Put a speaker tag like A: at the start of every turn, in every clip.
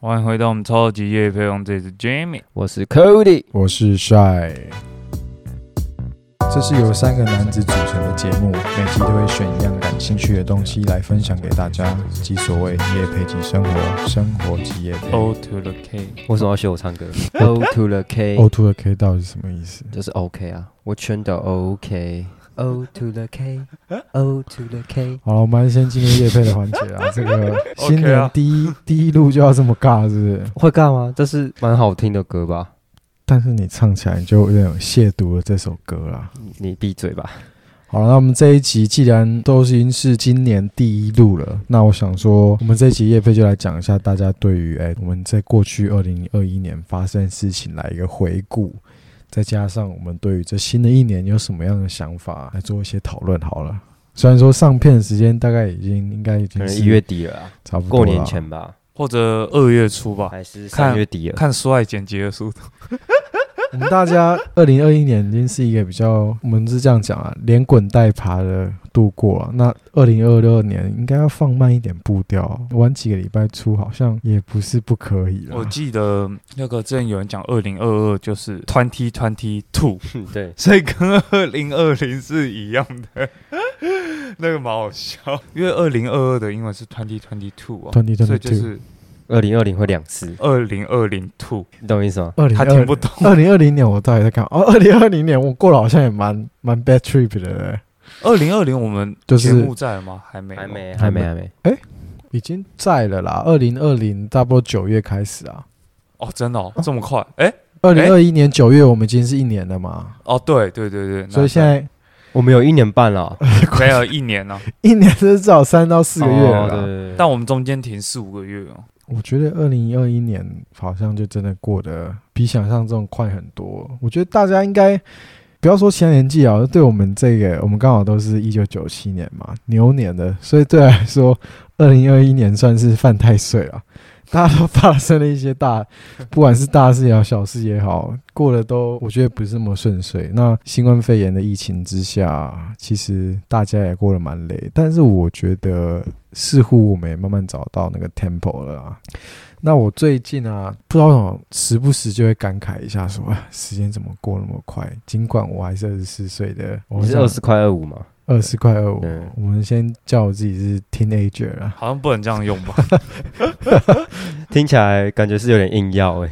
A: 欢迎回到我们超级夜配王，这里是 Jamie。
B: 我是 Cody，
C: 我是 Shy。这是由三个男子组成的节目，每集都会选一样感兴趣的东西来分享给大家，即所谓夜配即生活，生活即夜配。
A: O to the K，
B: 为什么要学我唱 歌？O to the K，
C: O two 的 K 到底是什么意思？
B: 就是 OK 啊，我全都 OK。O to the K，O to the K，
C: 好了，我们还是先进入夜配的环节 啊。这个新
A: OK 啊
C: 年第一、第一路就要这么尬，是不是？
B: 会干吗？这是蛮好听的歌吧？
C: 但是你唱起来就有点亵渎了这首歌啦。
B: 你你闭嘴吧。
C: 好了，那我们这一集既然都已经是今年第一路了，那我想说，我们这一集叶飞就来讲一下大家对于哎、我们在过去二零二一年发生的事情来一个回顾，再加上我们对于这新的一年有什么样的想法，来做一些讨论好了。虽然说上片的时间大概已经应该
B: 可
C: 已经
B: 能
C: 是
B: 一月底了啊，
C: 差不多
B: 过
C: 了
B: 年，前吧，
A: 或者二月初吧，
B: 还是三月底了。
A: 看衰剪辑的速度。
C: 我们大 家二零二一年已经是一个比较，我们是这样讲啊，连滚带爬的度过了。那二零二六年应该要放慢一点步调，晚几个礼拜出好像也不是不可以了
A: 我。记得那个之前有人讲二零二二就是 twenty twenty two，
B: 嗯 对，
A: 所以跟二零二零是一样的， 那个蛮好笑，因为二零二二的英文是 twenty twenty two 啊，
C: Twenty
A: 所以就
C: twenty two，
A: 是
B: 二零二零会两次，
A: 二零二零 two，
B: 你懂我意思吗？
C: 二零
A: 他听不懂。
C: 二零二零年我到底在干嘛？哦，二零二零年我过了好像也蛮蛮 bad trip 的、欸，
A: 二零二零我们
C: 就是
A: 节目在吗？还没，
B: 还。没，还
C: 还没
B: 没，还没。
C: 已经在了啦。二零二零差不多九月开始啊，
A: 哦，真的哦，这么快？哎，
C: 二零二一年九月我们已经是一年了嘛，
A: 哦，对对对对，
C: 所以现在
B: 我们有一年半了，啊
A: 那没有一年呢，啊
C: 一年是至少三到四个月了
B: 哦
C: 啦。
B: 对对对
A: 但我们中间停四五个月哦。
C: 我觉得二零二一年好像就真的过得比想象中快很多。我觉得大家应该不要说前年纪啊，对我们这个，我们刚好都是一九九七年嘛，牛年的，所以对来说，二零二一年算是犯太岁 了。大家都发生了一些大，不管是大事也好，小事也好，过得都我觉得不是那么顺遂。那新冠肺炎的疫情之下，其实大家也过得蛮累，但是我觉得似乎我们也慢慢找到那个 tempo 了啊。那我最近啊，不知道为什么，时不时就会感慨一下说，哎时间怎么过那么快？尽管我还是二十四岁的，我
B: 你是
C: 想
B: 二十嗯块二五吗？
C: 二十快二五
B: 对，
C: 我们先叫我自己是 teenager 啊。
A: 好像不能这样用吧？
B: 听起来感觉是有点硬要哎。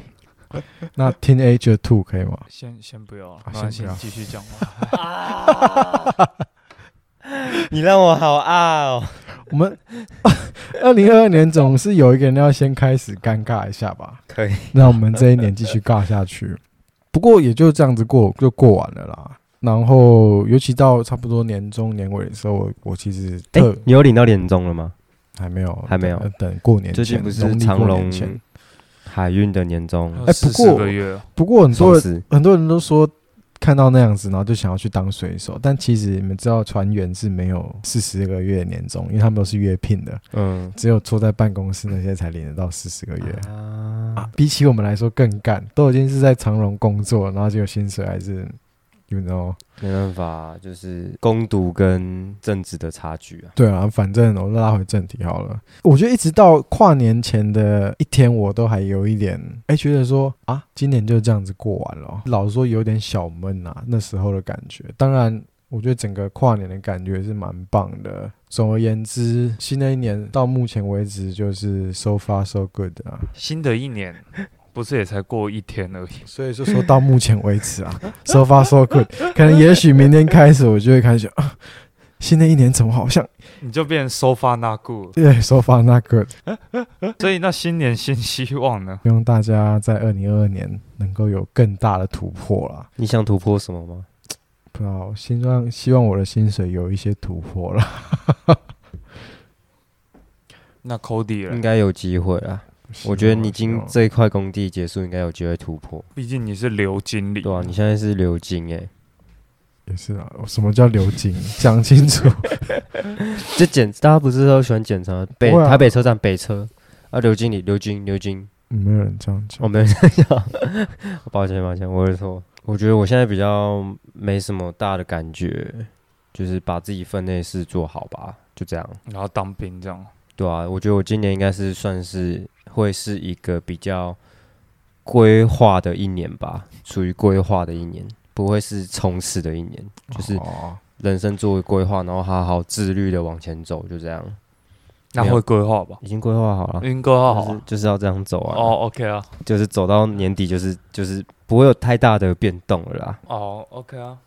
C: 那 teenager two 可以吗？
A: 先先不要啊，
C: 啊
A: 没关系
C: 先不要
A: 你继续讲 吧。
B: 你让我好啊哦。
C: 我们 二零二二年总是有一个人要先开始尴尬一下吧，
B: 可以，
C: 那我们这一年继续尬下去。不过也就这样子过，就过完了啦。然后尤其到差不多年中年尾的时候，我我其实
B: 哎
C: 特、，
B: 你有领到年终了吗？
C: 还没有
B: 还没有
C: 等等过年前，
B: 最近不是
C: 农历
B: 长
C: 过
B: 隆
C: 年前。
B: 海运的年终，
C: 哎不过
A: 44个月啊
C: 不过很多
B: 双
C: 人
B: 十
C: 很多人都说看到那样子，然后就想要去当水手，但其实你们知道船员是没有四十个月的年终，因为他们都是月聘的，
B: 嗯
C: 只有坐在办公室那些才领得到四十个月。
B: 啊，
C: 比起我们来说更干，都已经是在长隆工作，然后结果薪水还是，you know，
B: 没办法，就是攻读跟正职的差距啊。
C: 对啊，反正我拉回正题好了。我觉得一直到跨年前的一天，我都还有一点，哎、觉得说啊，今年就这样子过完了哦，老实说有点小闷啊，那时候的感觉。当然，我觉得整个跨年的感觉是蛮棒的。总而言之，新的一年到目前为止就是 so far so good 啊。
A: 新的一年不是也才过一天而已？
C: 所以就说到目前为止啊，so far so good。可能也许明天开始，我就会开始觉得啊，新的一年怎么好像
A: 你就变 so far not good，
C: 对 so far not good。
A: 所以那新年新希望呢？
C: 希望大家在二零二二年能够有更大的突破啦。
B: 你想突破什么吗？
C: 不知道，希望希望我的薪水有一些突破啦。
A: 那 Cody
B: 应
A: 了，
B: 该有机会啊。我觉得你今
C: 这
B: 这一块工地结束，应该有机会突破。
A: 毕竟你是刘经理，
B: 对啊，你现在是流金哎，
C: 也是啊，什么叫流金？讲清楚。
B: 这检大家不是都喜欢检查北
C: 不会啊
B: 台北车站北车啊？刘经理，刘金，刘金，
C: 没有人这样讲
B: 我。没有这样， 抱歉抱歉，我是错。我觉得我现在比较没什么大的感觉，就是把自己分内事做好吧，就这样。
A: 然后当兵这样，
B: 对啊，我觉得我今年应该是算是会是一个比较规划的一年吧，属于规划的一年，不会是冲刺的一年，就是
C: 哦
B: 人生作为规划，然后好好自律的往前走，就这样，
A: 那会规划吧？
B: 已经规划好了。
A: 已经规划好
B: 啊就是
A: 了。
B: 就是要这样走啊！
A: 哦，OK 啊，
B: 就是走到年底，就是就是不会有太大的变动了啦。
A: 哦，OK 啊，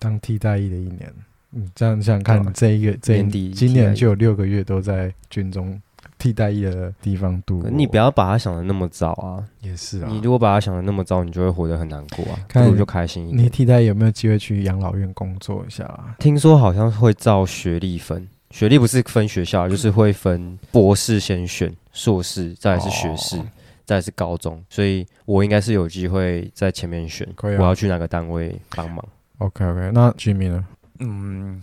C: 当替代役的一年，嗯，这样想想看，
B: 对啊
C: 你这一个这一
B: 年底
C: 今
B: 替代
C: 年
B: 役
C: 就有六个月都在军中替代役的地方度过，
B: 你不要把它想的那么早啊！
C: 也嗯是啊
B: 你，如果把它想的那么糟，你就会活得很难过啊。不
C: 看
B: 如就开心一
C: 你
B: 点。
C: 替代役有没有机会去养老院工作一下啊？
B: 听说好像会照学历分，学历不是分学
C: 嗯
B: 校，就是会分博士先选，硕士，再来是学士
C: 哦，
B: 再来是高中。所以我应该是有机会在前面选，
C: 可以啊
B: 我要去哪个单位帮忙。
C: OK OK，那居民呢？
A: 嗯，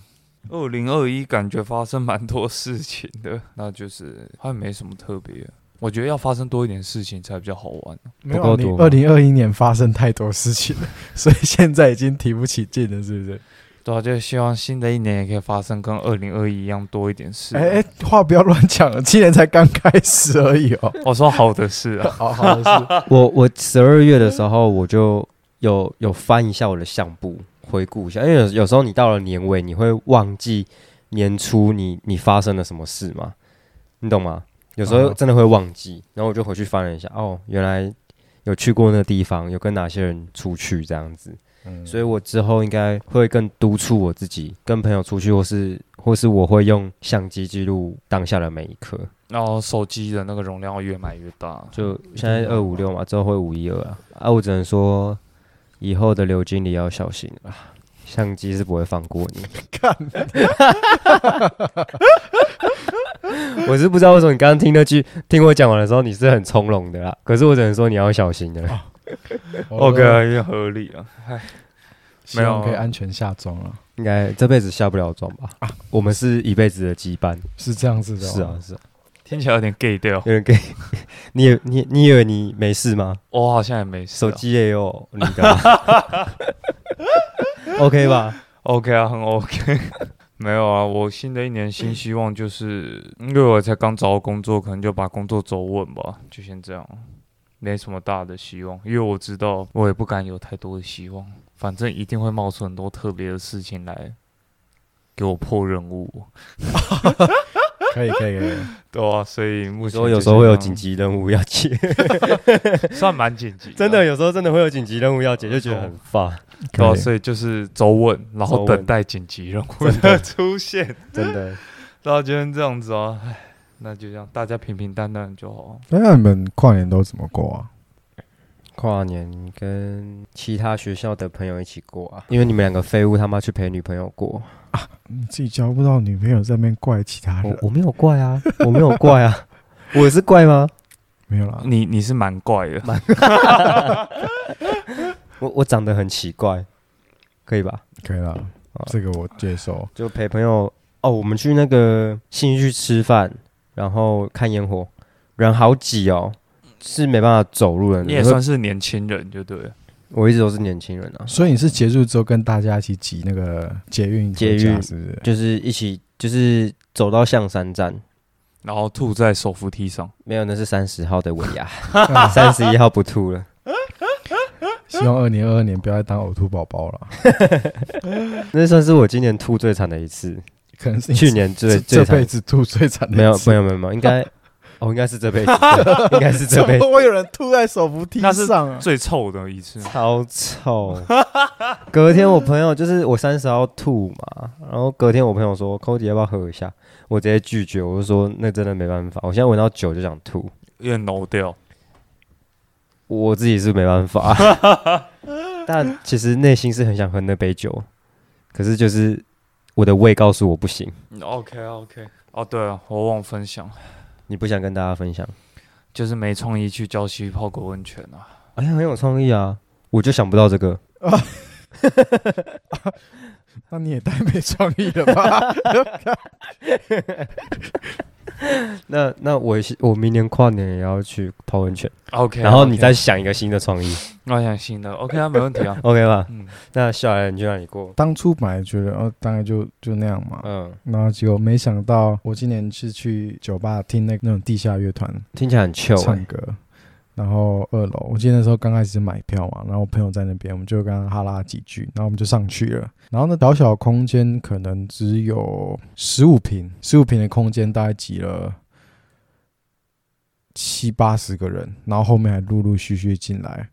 A: 二零二一感觉发生蛮多事情 的，那就是好像没什么特别的。我觉得要发生多一点事情才比较好玩。
C: 没有啊，
B: 够
C: 你
B: 多
C: 二
B: 吗
C: 零二一年发生太多事情了， 所以现在已经提不起劲了，是不是？
A: 对啊，就希望新的一年也可以发生跟二零二一一样多一点事啊。
C: 哎哎，话不要乱讲了，今年才刚开始而已哦。
A: 我说好的事啊，
C: 好好的
B: 我我十二月的时候，我就有有翻一下我的相簿，回顾一下，因为有有时候你到了年尾，你会忘记年初你你发生了什么事嘛，你懂吗？有时候
C: 嗯
B: 真的会忘记，然后我就回去翻了一下，哦，原来有去过那个地方，有跟哪些人出去这样子，
C: 是，
B: 所以我之后应该会更督促我自己，跟朋友出去，或是或是我会用相机记录当下的每一刻。
A: 然后手机的那个容量要越买越大。
B: 就现在二五六嘛，之后会五一二啊。啊，我只能说，以后的刘经理要小心了，相机是不会放过你。
C: 看
B: 我是不知道为什么你刚刚听那句，听我讲完的时候你是很从容的啦，可是我只能说你要小心的。
A: OK，也合理哦啊。
C: 希望
A: 没有
C: 可以安全下庄啊了，
B: 应该这辈子下不了妆吧？我们是一辈子的羁绊。
C: 是这样子的。
B: 啊
C: 哦
B: 是啊，，是啊，
A: 听起来有点 gay 掉，
B: 有人给 你也你你以为你没事吗？
A: 我好像也没事、
B: 手
A: 啊。
B: 机也有你的 ，OK 吧？
A: OK 啊，很 OK。没 有啊，我新的一年新希望就是，因为我才刚找到工作，可能就把工作走稳吧，就先这样，没什么大的希望，因为我知道我也不敢有太多的希望，反正一定会冒出很多特别的事情来给我破任务，
C: 可以可以可以。
A: 对啊，所以目
B: 我
A: 前
B: 说有
A: 就
B: 时候会有
A: 这
B: 紧
A: 样，
B: 急任务要接，
A: 算蛮紧急， 啊
B: 真的，有时候真的会有紧急任务要解，就觉得很烦。
A: 对啊，
C: 可以
A: 所以就是走稳，然
B: 走
A: 后
B: 稳
A: 等待紧急任务
B: 真的
A: 的出现，
B: 真的，
A: 然后就天这样子啊，唉，那就这样，大家平平淡淡就好。
C: 哎那你们跨年都怎么过啊？
B: 跨年跟其他学校的朋友一起过啊， 因为你们两个废物他妈去陪女朋友过，
C: 你自己交不到女朋友，在那边怪其他
B: 我
C: 人，
B: 我没有怪啊， 我没有怪啊，我是怪吗？
C: 没有啦。
A: 你你是蛮怪的，
B: 我我长得很奇怪，可以吧？
C: 可以啦，这个我接受。啊
B: 就陪朋友哦，我们去那个新义去吃饭，然后看烟火，人好挤哦，是没办法走路 的。
A: 你也
B: 会
A: 算是年轻人，就对了。
B: 我一直都是年轻人啊，
C: 所以你是结束之后跟大家一起挤那个捷运
B: 捷
C: 回家
B: 运
C: 是不是？
B: 就是一起就是走到象山站，
A: 然后吐在手扶梯上，
B: 没有那是三十号的尾牙， 三十一号不吐了。
C: 希望二零二二年不要再当呕吐宝 宝了，
B: 那算是我今年吐最惨的一 次，
C: 可能是你
B: 去年最
C: 这
B: 最
C: 这
B: 惨
C: 辈子吐最惨的
B: 没有
C: 一次
B: 没有没有没有，应 该哦应该是这辈子，对应该是这辈
C: 怎
B: 子
C: 么会有人吐在手扶梯
A: 那是
C: 上啊？
A: 最臭的一次。
B: 超臭。隔天我朋友就是我三十号吐嘛，然后隔天我朋友说 Cody 要不要喝一下，我直接拒绝，我就说那真的没办法，我现在闻到酒就想吐，
A: 有点挠掉，
B: 我自己是没办法， 但其实内心是很想喝那杯酒，可是就是我的胃告诉我不行，
A: OK OK。哦，对了，我忘分享，
B: 你不想跟大家分享。
A: 就是没创意去礁溪泡个温泉啊。
B: 哎呀，很有创意啊！我就想不到这个，
C: 那你也太没创意了吧？
B: 那那我是我明年跨年也要去泡温泉
A: OK，
B: 然后你再想一个新的创意。。
A: 那我想新的，OK 啊，没问题啊
B: ，OK 吧？
A: 嗯，
B: 那下来你就让你过，
C: 当初本来觉得哦，大概就就那样嘛，
B: 嗯，
C: 然后结果没想到，我今年是去酒吧听那那种地下乐团
B: 听起来很 chill，欸、
C: 唱歌，然后二楼，我记得那时候刚开始买票嘛，然后我朋友在那边，我们就跟他哈拉几句，然后我们就上去了。然后那小小空间可能只有十五平，十五平的空间大概挤了七八十个人，然后后面还陆陆续续进来。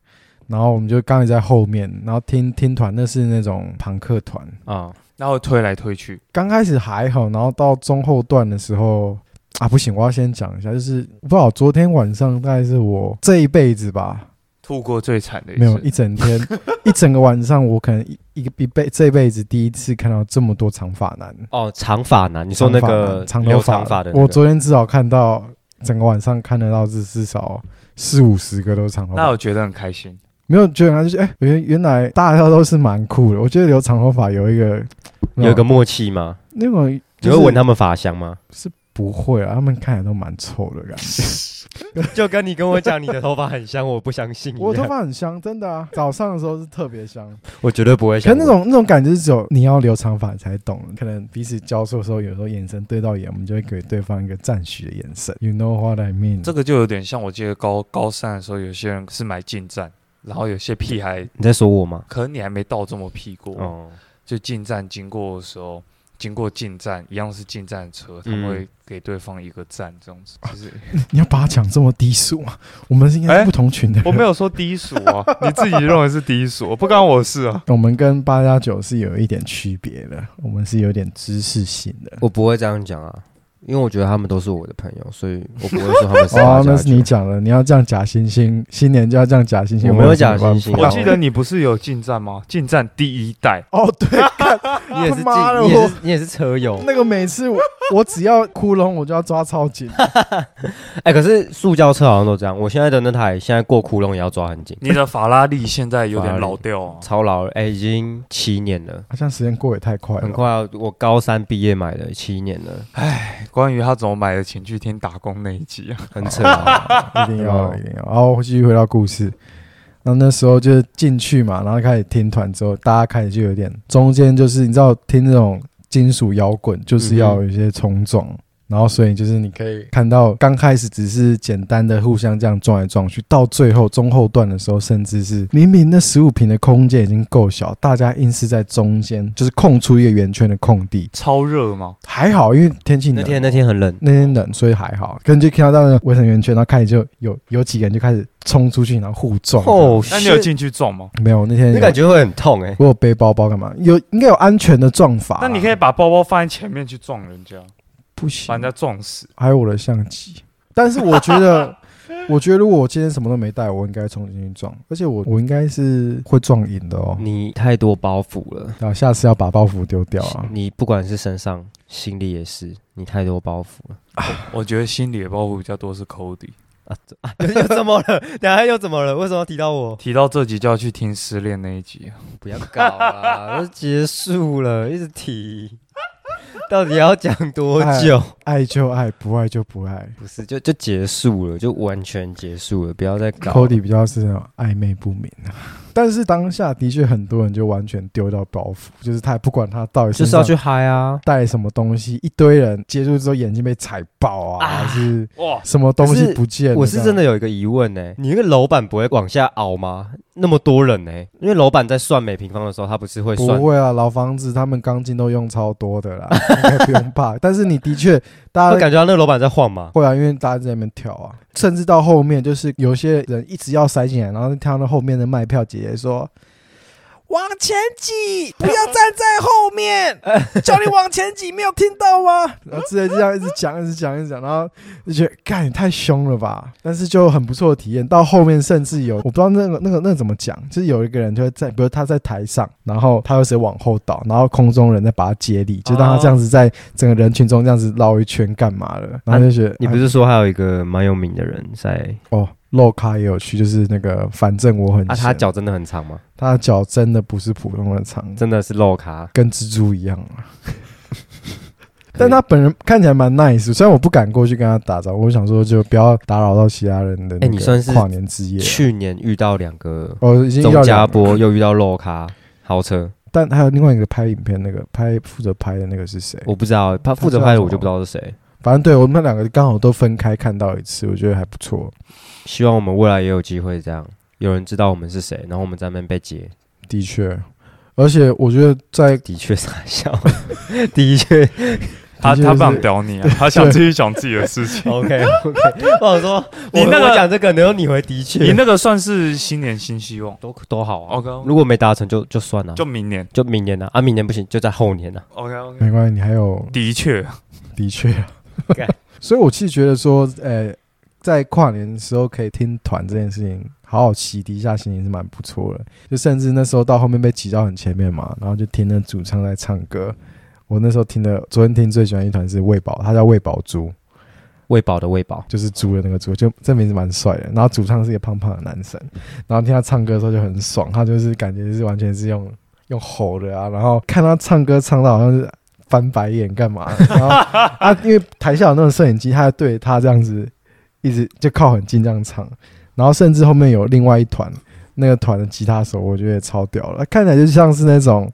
C: 然后我们就刚才在后面，然后听听团，那是那种朋克团，
B: 啊，
A: 然后推来推去，
C: 刚开始还好，然后到中后段的时候啊，不行，我要先讲一下，就是不知道昨天晚上大概是我这一辈子吧，
A: 吐过最惨的一次。
C: 没有一整 天一整个晚上，我可能一一个一辈这辈子第一次看到这么多长发男，
B: 哦，长发男，你说那个
C: 长
B: 留
C: 头
B: 长发的那个，
C: 我昨天至少看到整个晚上看得到至至少四五十个都是长头
A: 那
C: 发
A: 我，觉得很开心。
C: 没有觉得他就是哎、原原来大家都是蛮酷的，我觉得留长头发有一个
B: 有
C: 哦
B: 一个默契吗？
C: 那种。
B: 你
C: 就
B: 会
C: 是
B: 闻他们发香吗？
C: 不会啊，他们看起来都蛮臭的感觉。
B: 就跟你跟我讲你的头发很香，我不相信一
C: 我头
B: 样，
C: 发很香，真的 啊，早上的时候是特别香。
B: 我绝对不会
C: 可
B: 想
C: 是那种那种感觉是只有你要留长发才懂，可能彼此交错的时候，有时候眼神对到眼，我们就会给对方一个赞许的眼神。You know what I mean？
A: 这个就有点像我记得高高三的时候，有些人是买进站，然后有些屁孩，
B: 你在说我吗？
A: 可能你还没到这么屁过，
B: 哦，
A: 就进站经过的时候。经过进站，一样是进站的车，他
B: 嗯
A: 们会给对方一个赞，这样子。就是
C: 你要把它讲这么低俗吗？我们是应该是
A: 哎
C: 不同群的人。
A: 我没有说低俗啊， 你自己认为是低俗，不关我事啊。
C: 我们跟八加九是有一点区别的，我们是有点知识性的。
B: 我不会这样讲啊，因为我觉得他们都是我的朋友，所 以我不会说他们是八
C: 哦，
B: 加
C: 那是
B: 九
C: 你讲的，你要这样假惺惺，新年就要这样假惺惺。
B: 我没有假惺惺
C: 也 没
A: 我
C: 办法
A: 记得你不是有进站吗？进站第一代，
C: 哦，对，
B: 你也是
C: 他妈的
B: 进你也
C: 我
B: 是你也是车友，
C: 那个每次我我只要窟窿，我就要抓超紧。
B: 哎、可是塑胶车好像都这样。我现在的那台现在过窟窿也要抓很紧，
A: 你的法拉利现在有
B: 法拉
A: 点
B: 利
A: 老掉啊。
B: 超老了，哎、已经七年了，
C: 好像时间过得也太快了
B: 很。快要我高三毕业买的，七年了，
A: 关于他怎么买的情趣天打工那一集啊，
B: 很扯、 啊。
C: 一定要的，一定要的。然后继续回到故事，那那时候就是进去嘛，然后开始听团之后，大家开始就有点中间就是你知道听那种金属摇滚，就是要有
B: 嗯
C: 一些冲撞。然后，所以就是你可以看到，刚开始只是简单的互相这样撞来撞去，到最后中后段的时候，甚至是明明那十五平的空间已经够小，大家硬是在中间就是空出一个圆圈的空地。
A: 超热 吗？
C: 还好，因为天气
B: 那
C: 冷，
B: 天那天很 冷，
C: 那天冷，所以还好。跟就看到那个卫生圆圈，然后开始就有有几个人就开始冲出去，然后互撞。
B: 哦，
A: 那你有
B: shit，
A: 进去撞吗？
C: 没有那哦天
B: 那感觉会很痛哎、
C: 我有背包包干嘛？有应该有安全的撞法啦。
A: 那你可以把包包放在前面去撞人家，
C: 不
A: 把
C: 行
A: 人，家撞死。
C: 还有我的相机。但是我觉得， 我觉得如果我今天什么都没带，我应该冲进去撞，而且我我应该是会撞赢的哦。
B: 你太多包袱了，
C: 然后下次要把包袱丢掉啊！
B: 你不管是身上、心里也是，你太多包袱了
A: 我觉得心里的包袱比较多是 Cody。
B: 啊这啊！又 怎么了？等一下又怎么了？为什么要提到我？
A: 提到这集就要去听失恋那一集啊，
B: 不要搞啦，都结束了，一直提，到底要讲多久？
C: 爱就爱，不爱就不爱。
B: 不是，就就结束了，就完全结束了，不要再搞。
C: Cody 比较是那种暧昧不明啊，但是当下的确很多人就完全丢掉包袱，就是他也不管他到底
B: 就是要去嗨啊！
C: 带什么东西，一堆人接触之后眼睛被踩爆啊，
B: 啊
C: 还是
A: 哇，
C: 什么东西不见了
B: 我是真的有一个疑问呢、你那个楼板不会往下凹吗？那么多人呢、因为楼板在算每平方的时候，他不是会
C: 不
B: 算
C: 会啊，老房子他们钢筋都用超多的啦，应该不用怕。但是你的确，大
B: 会
C: 家
B: 感觉到那个楼板在晃吗？
C: 会啊，因为大家在那边跳啊，甚至到后面就是有些人一直要塞进来，然后就听到后面的卖票姐姐说。往前挤，不要站在后面，叫你往前挤，没有听到吗？然后之类就这样一直讲，一直讲，一直讲，然后就觉得干也太凶了吧，但是就很不错的体验。到后面甚至有我不知道那个那个那个怎么讲，就是有一个人就会在，比如他在台上，然后他有谁往后倒，然后空中人再把他接力，就让他这样子在整个人群中这样子绕一圈干嘛的，然后就觉得、
B: 啊你不是说还有一个蛮有名的人在
C: 哦，漏咖也有去，就是那个反正我很
B: 啊？
C: 闲
B: 他脚真的很长吗？
C: 他的脚真的不是普通的长，
B: 真的是漏卡
C: 跟蜘蛛一样啊。但他本人看起来蛮 nice，虽然我不敢过去跟他打招呼，我想说就不要打扰到其他人的
B: 哎
C: 那
B: 你算是
C: 个跨年之夜。
B: 去年遇到两个
C: 哦，已经
B: 钟
C: 要
B: 家
C: 两个
B: 波，又遇到洛卡豪车，
C: 但还有另外一个拍影片那个拍负责拍的那个是
A: 哎
C: 谁？
B: 我不知道他负责拍的我就不知道是谁。
C: 反正对我们两个刚好都分开看到一次，我觉得还不错。
B: 希望我们未来也有机会这样，有人知道我们是谁，然后我们在那边被截。
C: 的确，而且我觉得在
B: 的确傻笑， 的确
A: 他
C: 的确
A: 他不
C: 是
A: 想屌你啊，他想继续讲自己的事情。
B: OK OK。我想 说，
A: 你
B: 我
A: 那个
B: 我讲这个，然后你回的确，
A: 你那个算是新年新希 望，
B: 都都好啊。
A: OK，
B: 如果没达成就就算了，
A: 就
B: 就
A: 明年。
B: 就明年了啊，明年不行就在后年啊了。
A: OK OK，
C: 没关系，你还有
A: 的确，
C: 的确啊
B: 干，
C: 所以我其实觉得说，呃，在跨年的时候可以听团这件事情，好好洗涤一下心情是蛮不错的。就甚至那时候到后面被挤到很前面嘛，然后就听那主唱在唱歌。我那时候听的，昨天听最喜欢一团是喂饱，他叫喂饱猪，
B: 喂饱的喂饱，
C: 就是猪的那个猪，就这名字蛮帅的。然后主唱是一个胖胖的男生，然后听他唱歌的时候就很爽，他就是感觉是完全是用用吼的啊，然后看他唱歌唱到好像是翻白眼干嘛，然后啊，因为台下有那种摄影机，他就对着他这样子一直就靠很近这样唱，然后甚至后面有另外一团那个团的吉他手，我觉得也超屌了，看起来就像是那种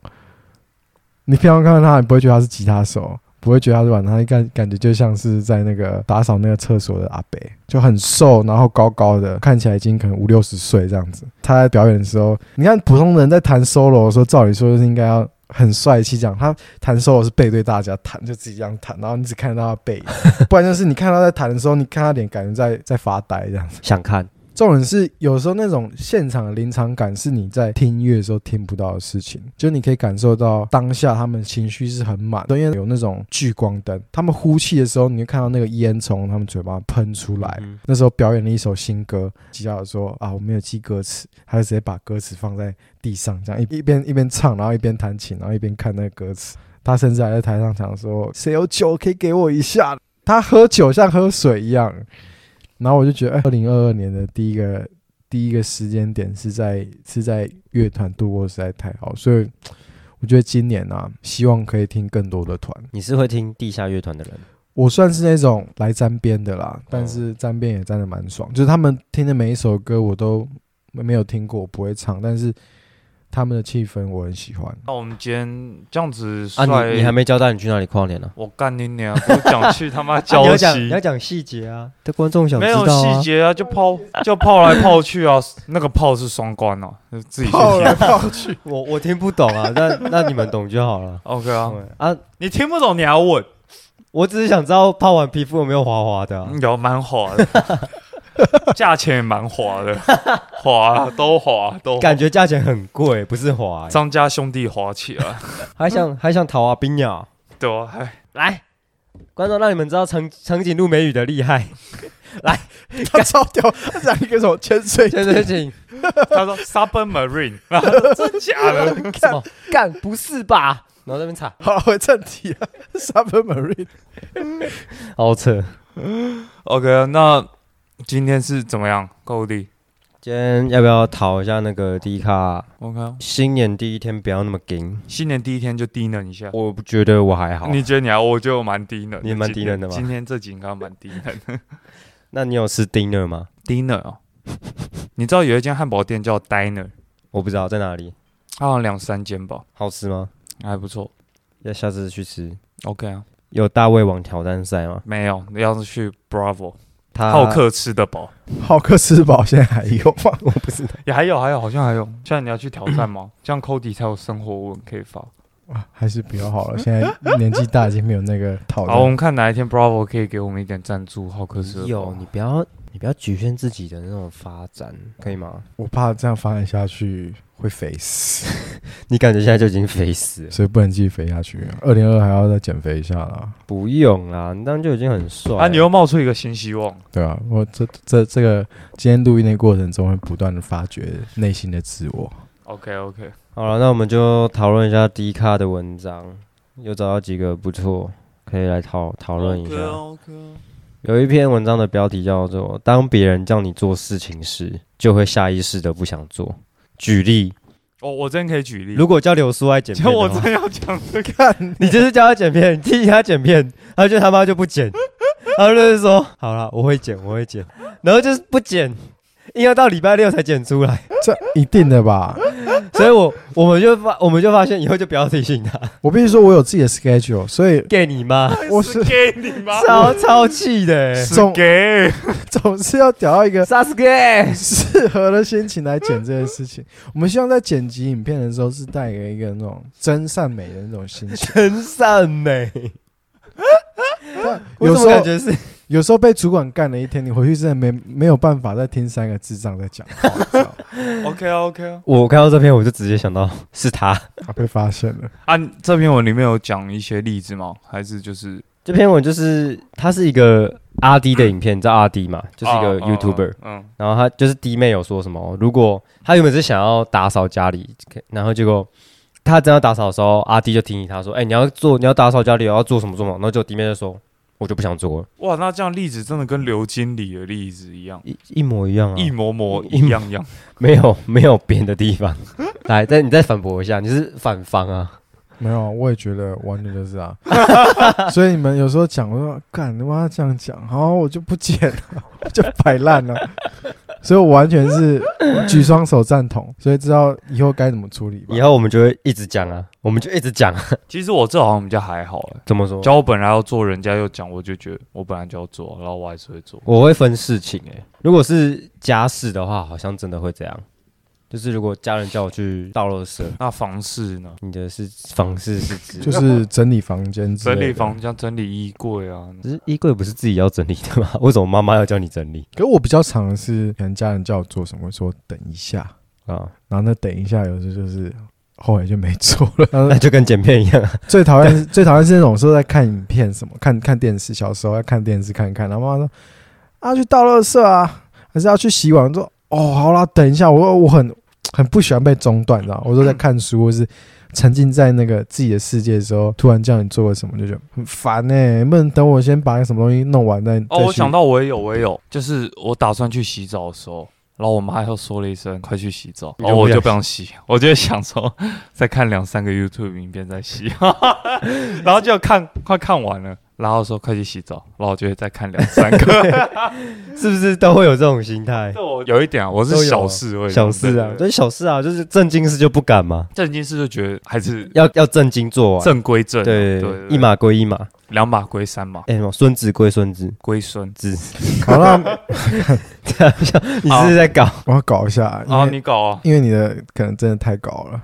C: 你平常看到他，你不会觉得他是吉他手。不会觉得他是玩，他感感觉就像是在那个打扫那个厕所的阿伯，就很瘦，然后高高的，看起来已经可能五六十岁这样子。他在表演的时候，你看普通人在弹 solo 的时候，照理说是应该要很帅气这样，他弹 solo 是背对大家弹，就自己这样弹，然后你只看得到他背影， 不然就是你看他在弹的时候，你看他脸感觉在在发呆这样子。
B: 想看
C: 重点是有时候那种现场的临场感是你在听音乐的时候听不到的事情，就你可以感受到当下他们情绪是很满，的，因为有那种聚光灯，他们呼气的时候，你会看到那个烟从他们嘴巴喷出来。
B: 嗯
C: 那时候表演了一首新歌，吉他手说啊我没有记歌词，他就直接把歌词放在地上，这样一一边一边唱，然后一边弹琴，然后一边看那个歌词。他甚至还在台上讲说：“谁有酒可以给我一下？”他喝酒像喝水一样。然后我就觉得，哎，二零二二年的第一个第一个时间点是在是在乐团度过，实在太好，所以我觉得今年啊，希望可以听更多的团。
B: 你是会听地下乐团的人，
C: 我算是那种来沾边的啦，但是沾边也沾的蛮爽，就是他们听的每一首歌我都没有听过，我不会唱，但是他们的气氛我很喜欢。
A: 那我们今天这样子帅，
B: 啊，你你还没交代你去哪里跨年呢、啊
A: 我干你娘！我讲去他妈
B: 啊？你
A: 交
B: 要讲
A: 期
B: 你要，讲细节啊，这观众想知
A: 没有
B: 道
A: 细
B: 啊。
A: 节啊，就泡就泡来泡去啊，那个泡是双关哦，就自己去
C: 泡来
A: 听。
C: 泡去，
B: 我我听不懂啊，那那你们懂就好了。
A: OK 啊，
B: 啊，
A: 你听不懂你还问，
B: 我只是想知道泡完皮肤有没有滑滑的
C: 嗯
B: 啊、
A: 有蛮滑的，价钱也蛮滑的， 滑啊都滑都滑。
B: 感觉价钱很贵，不是滑欸、
A: 张家兄弟滑起来，
B: 还想
C: 嗯
B: 还想逃啊冰鸟。
A: 对啊，哎
B: 来，观众让你们知道长长颈鹿美语的厉害。
C: 他超屌，他讲一个什么潜水
B: 对对对，
A: 他说 submarine，然后说真假的？
B: 什么干？不是吧？然后在那边查，
C: 好了，回正题啊，Submarine。
B: 好扯。
A: OK，那今天是怎么样？够力
B: 今天要不要讨一下那个迪卡？
A: OK，啊
B: 新年第一天不要那么紧，
A: 新年第一天就低能一下。
B: 我不觉得我还好。
A: 你觉得你还？我觉得我蛮低能的，
B: 你蛮低能的吗
A: 今天今天这集应该蛮低能的。
B: 那你有吃 dinner 吗？
A: 低能哦，你知道有一间汉堡店叫 Diner，
B: 我不知道在哪里，
A: 它好像两三间吧，
B: 好吃吗？
A: 还不错。
B: 要下次去吃。
A: OK 啊，
B: 有大胃王挑战赛吗？
A: 没有，要是去 Bravo
B: 他
A: 好，客吃得饱，
C: 浩克吃饱现在还有吗？
B: 我不知道。
A: 也还有还有，好像还有。现在你要去挑战 吗？这样 Cody 才有生活文可以发。
C: 啊还是比较好了，现在年纪大已经没有那个讨
A: 好，我
C: 论。
A: 们看哪一天 Bravo 可以给我们一点赞助，好客吃得饱。
B: 有，你不要你不要局限自己的那种发展，可以吗？
C: 我怕这样发展下去会肥 死，
B: 你感觉现在就已经肥死了。
C: 所以不能继续肥下去。二零二还要再减肥一下啦，
B: 不用啦，你当然就已经很帅了。
A: 啊，你又冒出一个新希望。
C: 对啊，我这这这个今天录音的过程中会不断的发掘内心的自我。
A: OK OK，
B: 好了，那我们就讨论一下 D 卡的文章，有找到几个不错，可以来讨讨论一下。
A: OK，
B: 有一篇文章的标题叫做“当别人叫你做事情时，就会下意识的不想做”。举例，
A: 哦，我真可以举例，
B: 如果叫刘苏爱剪
A: 其
B: 片
A: 实
B: 的话，
A: 我真要讲这个，
B: 你就是叫他剪片，提醒他剪片，他就他妈就不 剪，然后就是说好了，我会剪，我会剪，然后就是不剪，硬要到礼拜六才剪出来，
C: 这一定的吧？
B: 所以我我们就发我们就发现以后就不要提醒他，
C: 我必须说，我有自己的 schedule，所以
B: 给你妈，
C: 我是
A: 给你吗？
B: 超超气的、欸，
A: 是给，
C: 总是要找到一个
B: 杀死给，
C: 适合的心情来剪这件事情。我们希望在剪辑影片的时候，是带给一个那种真善美的那种心 情。
B: 真善美，
C: 但
B: 我
C: 有
B: 怎
C: 时
B: 么感
C: 候，
B: 觉是
C: 有时候被主管干了一天，你回去真的没没有办法再听三个智障在讲话，你知道吗
A: OK 啊 OK 啊，
B: 我看到这篇我就直接想到是他。
C: 啊，被发现了。
A: 啊，这篇文里面有讲一些例子吗？还是就是
B: 这篇文就是它是一个阿 D 的影片，你知道阿 D 嘛？就是一个
A: 哦哦哦
B: YouTuber，、
A: 嗯，
B: 然后他就是弟妹有说什么，如果他原本是想要打扫家里，然后结果他真要打扫的时候，阿弟就提醒他说：“哎、你要做，你要打扫家里，要做什么做什么。”然后就弟妹就说：“我就不想做了，
A: 哇，那这样例子真的跟刘经理的例子一样，
B: 一一模一样啊，
A: 一模模
B: 一模
A: 嗯一样样。
B: 没有没有变的地方。来，再你再反驳一下，你是反方 啊？
C: 没有，我也觉得完全就是啊。 所以你们有时候讲，我说干他妈这样讲，好，我就不剪了， 我就摆烂了。所以我完全是举双手赞同，所以知道以后该怎么处理吧
B: 以。后我们就会一直讲啊，我们就一直讲、啊，
A: 其实我这好像比较还好哎、
B: 怎么说？
A: 教我本来要做，人家又讲，我就觉得我本来就要做，然后我还是会做。
B: 我会分事情诶、如果是家事的话，好像真的会这样，就是如果家人叫我去倒垃圾，
A: 那房事呢？
B: 你的是方式是指
C: 就是整理房间之类
A: 整
C: 的，
A: 理房间、整理衣柜啊，
B: 只是衣柜不是自己要整理的吗？ 为什么妈妈要叫你整理
C: 可我比较常是，可能家人叫我做什么，我说等一下，
B: 啊？
C: 然后那等一下有时候就是后来就没做了。然后
B: 那就跟剪片一样啊，
C: 最讨厌最讨厌是那种说在看影片什么，看看电视，小时候要看电视看一看，然后妈妈说啊去倒垃圾啊，还是要去洗碗，我说哦好啦，等一下，我我很很不喜欢被中断，你知道吗，我说在看
A: 嗯
C: 书或是。沉浸在那个自己的世界的时候，突然叫你做个什么，就觉得很烦呢、能不能等我先把什么东西弄完再？
A: 哦，
C: 再
A: 我
C: 去
A: 想到我也有，我也有，就是我打算去洗澡的时候，然后我妈又说了一声“快去洗澡”，
B: 你
A: 然
B: 就
A: 后我
B: 不
A: 就
B: 想
A: 不想洗，我就想说再看两三个 YouTube 影片再洗， 然后就看快看完了，然后说快去洗澡，然后我就会再看两三 个。
B: 是不是都会有这种心态？
A: 这我有一点啊，我
B: 都
A: 是
B: 有
A: 小事而已，
B: 小事啊，
A: 对，
B: 就是小事啊，就是正经事就不敢嘛，
A: 正经事就觉得还是
B: 要要正经做完。
A: 正归正啊，
B: 对，
A: 对，
B: 一码归一码，
A: 两码归三码，
B: 哎、什么孙子归孙子，
A: 归孙。
B: 子，
C: 好了，
B: 你是不是在搞？
C: 我要搞一下，因
A: 啊，
C: 为
A: 你搞啊！？
C: 因为你的可能真的太高了，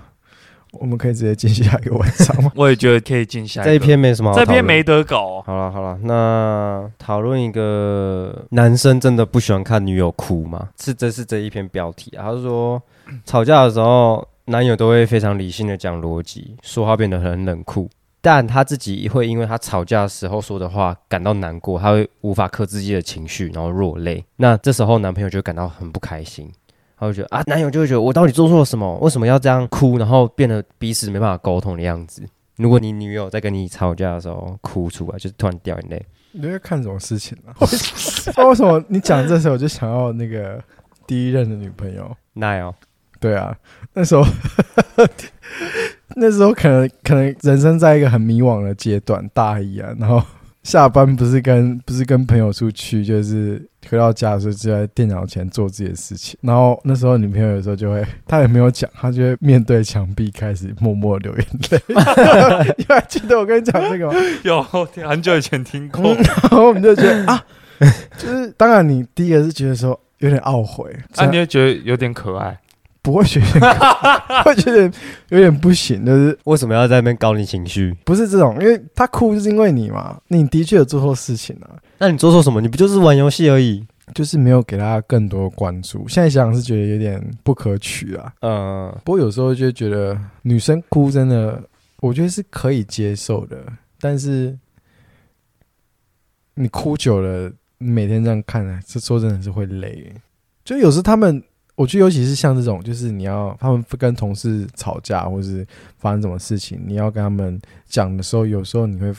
C: 我们可以直接进下一个晚上吗
A: 我也觉得可以进下
B: 这
A: 一
B: 一
A: 个
B: 篇没什么好讨
A: 这
B: 论，
A: 篇没得搞啊，
B: 好了好了，那讨论一个男生真的不喜欢看女友哭吗？是这是这一篇标题啊。他说吵架的时候，男友都会非常理性的讲逻辑，说话变得很冷酷，但他自己会因为他吵架的时候说的话感到难过，他会无法克制自己的情绪，然后落泪。那这时候男朋友就会感到很不开心。他会觉得啊，男友就会觉得我到底做错了什么？为什么要这样哭？然后变得彼此没办法沟通的样子。如果你女友在跟你吵架的时候哭出来，就是突然掉眼泪，
C: 你在看什么事情呢、啊？为什么你讲这时候我就想要那个第一任的女朋友？
B: 那哦，
C: 对啊，那时候 那时候可能可能人生在一个很迷惘的阶段，大一啊，然后下班不是跟不是跟朋友出去，就是回到家的时候就在电脑前做自己的事情。然后那时候女朋友有时候就会，她也没有讲，她就会面对墙壁开始默默流眼泪。 你还记得我跟你讲这个吗？
A: 有很久以前听 过，
C: 嗯然后我们就觉得啊，就是当然你第一个是觉得说有点懊悔，
A: 那、啊你会觉得有点可爱，
C: 不会觉得会觉得有点不行，就是
B: 为什么要在那边搞你情绪？
C: 不是这种，因为他哭就是因为你嘛，你的确有做错事情啊，
B: 那你做错什么？你不就是玩游戏而已？
C: 就是没有给他更多关注。现在想想是觉得有点不可取啊，
B: 嗯、呃，
C: 不过有时候就觉得女生哭真的，我觉得是可以接受的，但是你哭久了，你每天这样看呢，这说真的是会累。就有时他们，我觉得尤其是像这种，就是你要他们跟同事吵架，或是发生什么事情，你要跟他们讲的时候，有时候你会，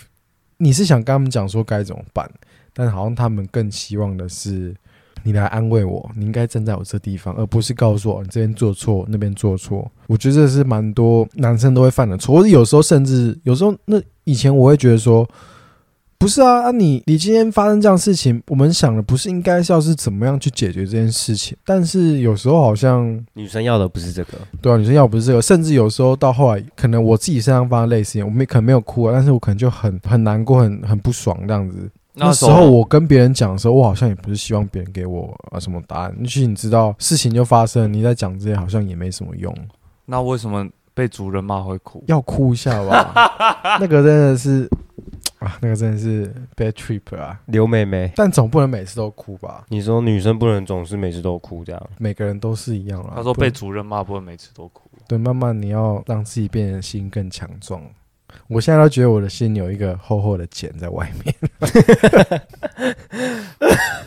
C: 你是想跟他们讲说该怎么办，但好像他们更希望的是你来安慰我，你应该站在我这地方，而不是告诉我你这边做错，那边做错。我觉得这是蛮多男生都会犯的错，或者有时候甚至有时候那以前我会觉得说，不是啊，啊你你今天发生这样的事情，我们想的不是应该是要是怎么样去解决这件事情，但是有时候好像
B: 女生要的不是这个，
C: 对啊，女生要不是这个，甚至有时候到后来，可能我自己身上发生类似情，我没可能没有哭啊，但是我可能就很很难过，很很不爽这样子。那时候我跟别人讲的时候，我好像也不是希望别人给我啊什么答案，也许你知道事情就发生了，你在讲这些好像也没什么用，
A: 那为什么被主人骂会哭？
C: 要哭一下吧。那个真的是啊，那个真的是 bad trip 啊，
B: 刘妹妹，
C: 但总不能每次都哭吧，
B: 你说女生不能总是每次都哭这样，
C: 每个人都是一样啦。
A: 他说
C: 不能
A: 被主人骂不会每次都哭。
C: 对，慢慢你要让自己变得心更强壮。我现在都觉得我的心有一个厚厚的茧在外面，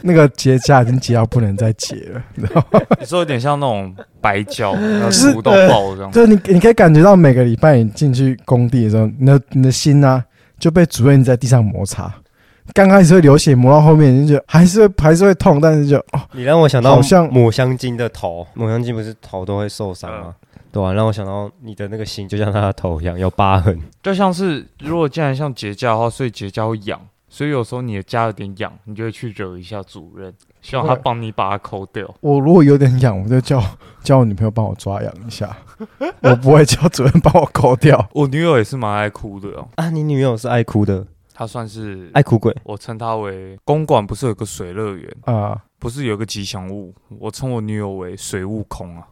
C: 那个结痂已经结到不能再结了，你知道吗？
A: 你说有点像那种白 胶，然
C: 是
A: 后哭到爆这样。
C: 就是你，你可以感觉到每个礼拜你进去工地的时候，你的你的心啊就被主任在地上摩擦。刚开始会流血，磨到后面你就觉得还是会还是会痛，但是就哦，
B: 你让我想到
C: 好像
B: 抹香鲸的头，抹香鲸不是头都会受伤吗？对啊，让我想到你的那个心就像他的头一样有疤痕，
A: 就像是如果既然像结痂的话，所以结痂会痒，所以有时候你的痂有点痒，你就会去惹一下主任，希望他
C: 会
A: 帮你把它抠掉。
C: 我如果有点痒，我就叫 叫我女朋友帮我抓痒一下，我不会叫主任帮我抠掉。
A: 我女友也是蛮爱哭的哦，
B: 啊，你女友是爱哭的，
A: 她算是
B: 爱 哭鬼，
A: 我称她为公馆，不是有个水乐园，
C: 啊、
A: 不是有个吉祥物，我称我女友为水悟空啊。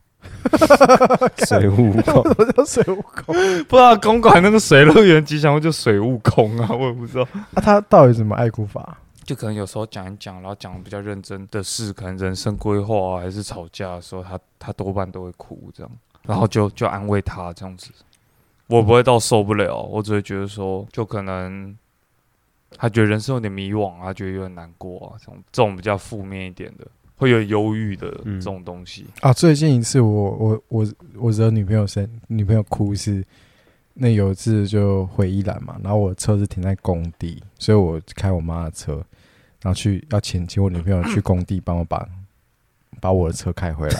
B: 水悟空，
C: 我叫水悟空。
A: 不知道公馆那个水乐园吉祥物就水悟空啊，我也不知道。
C: 那、他到底怎么爱哭法？
A: 就可能有时候讲一讲，然后讲得比较认真的事，可能人生规划啊，还是吵架的时候，他他多半都会哭这样，然后就就安慰他这样子。我不会到受不了，我只会觉得说，就可能他觉得人生有点迷惘啊，觉得有点难过啊，这种这种比较负面一点的，会有忧郁的
B: 嗯
A: 这种东西。
C: 啊，最近一次我我我我惹女朋友生女朋友哭是，那有一次就回宜兰嘛，然后我车是停在工地，所以我开我妈的车，然后去要请请我女朋友去工地帮我把把我的车开 回来，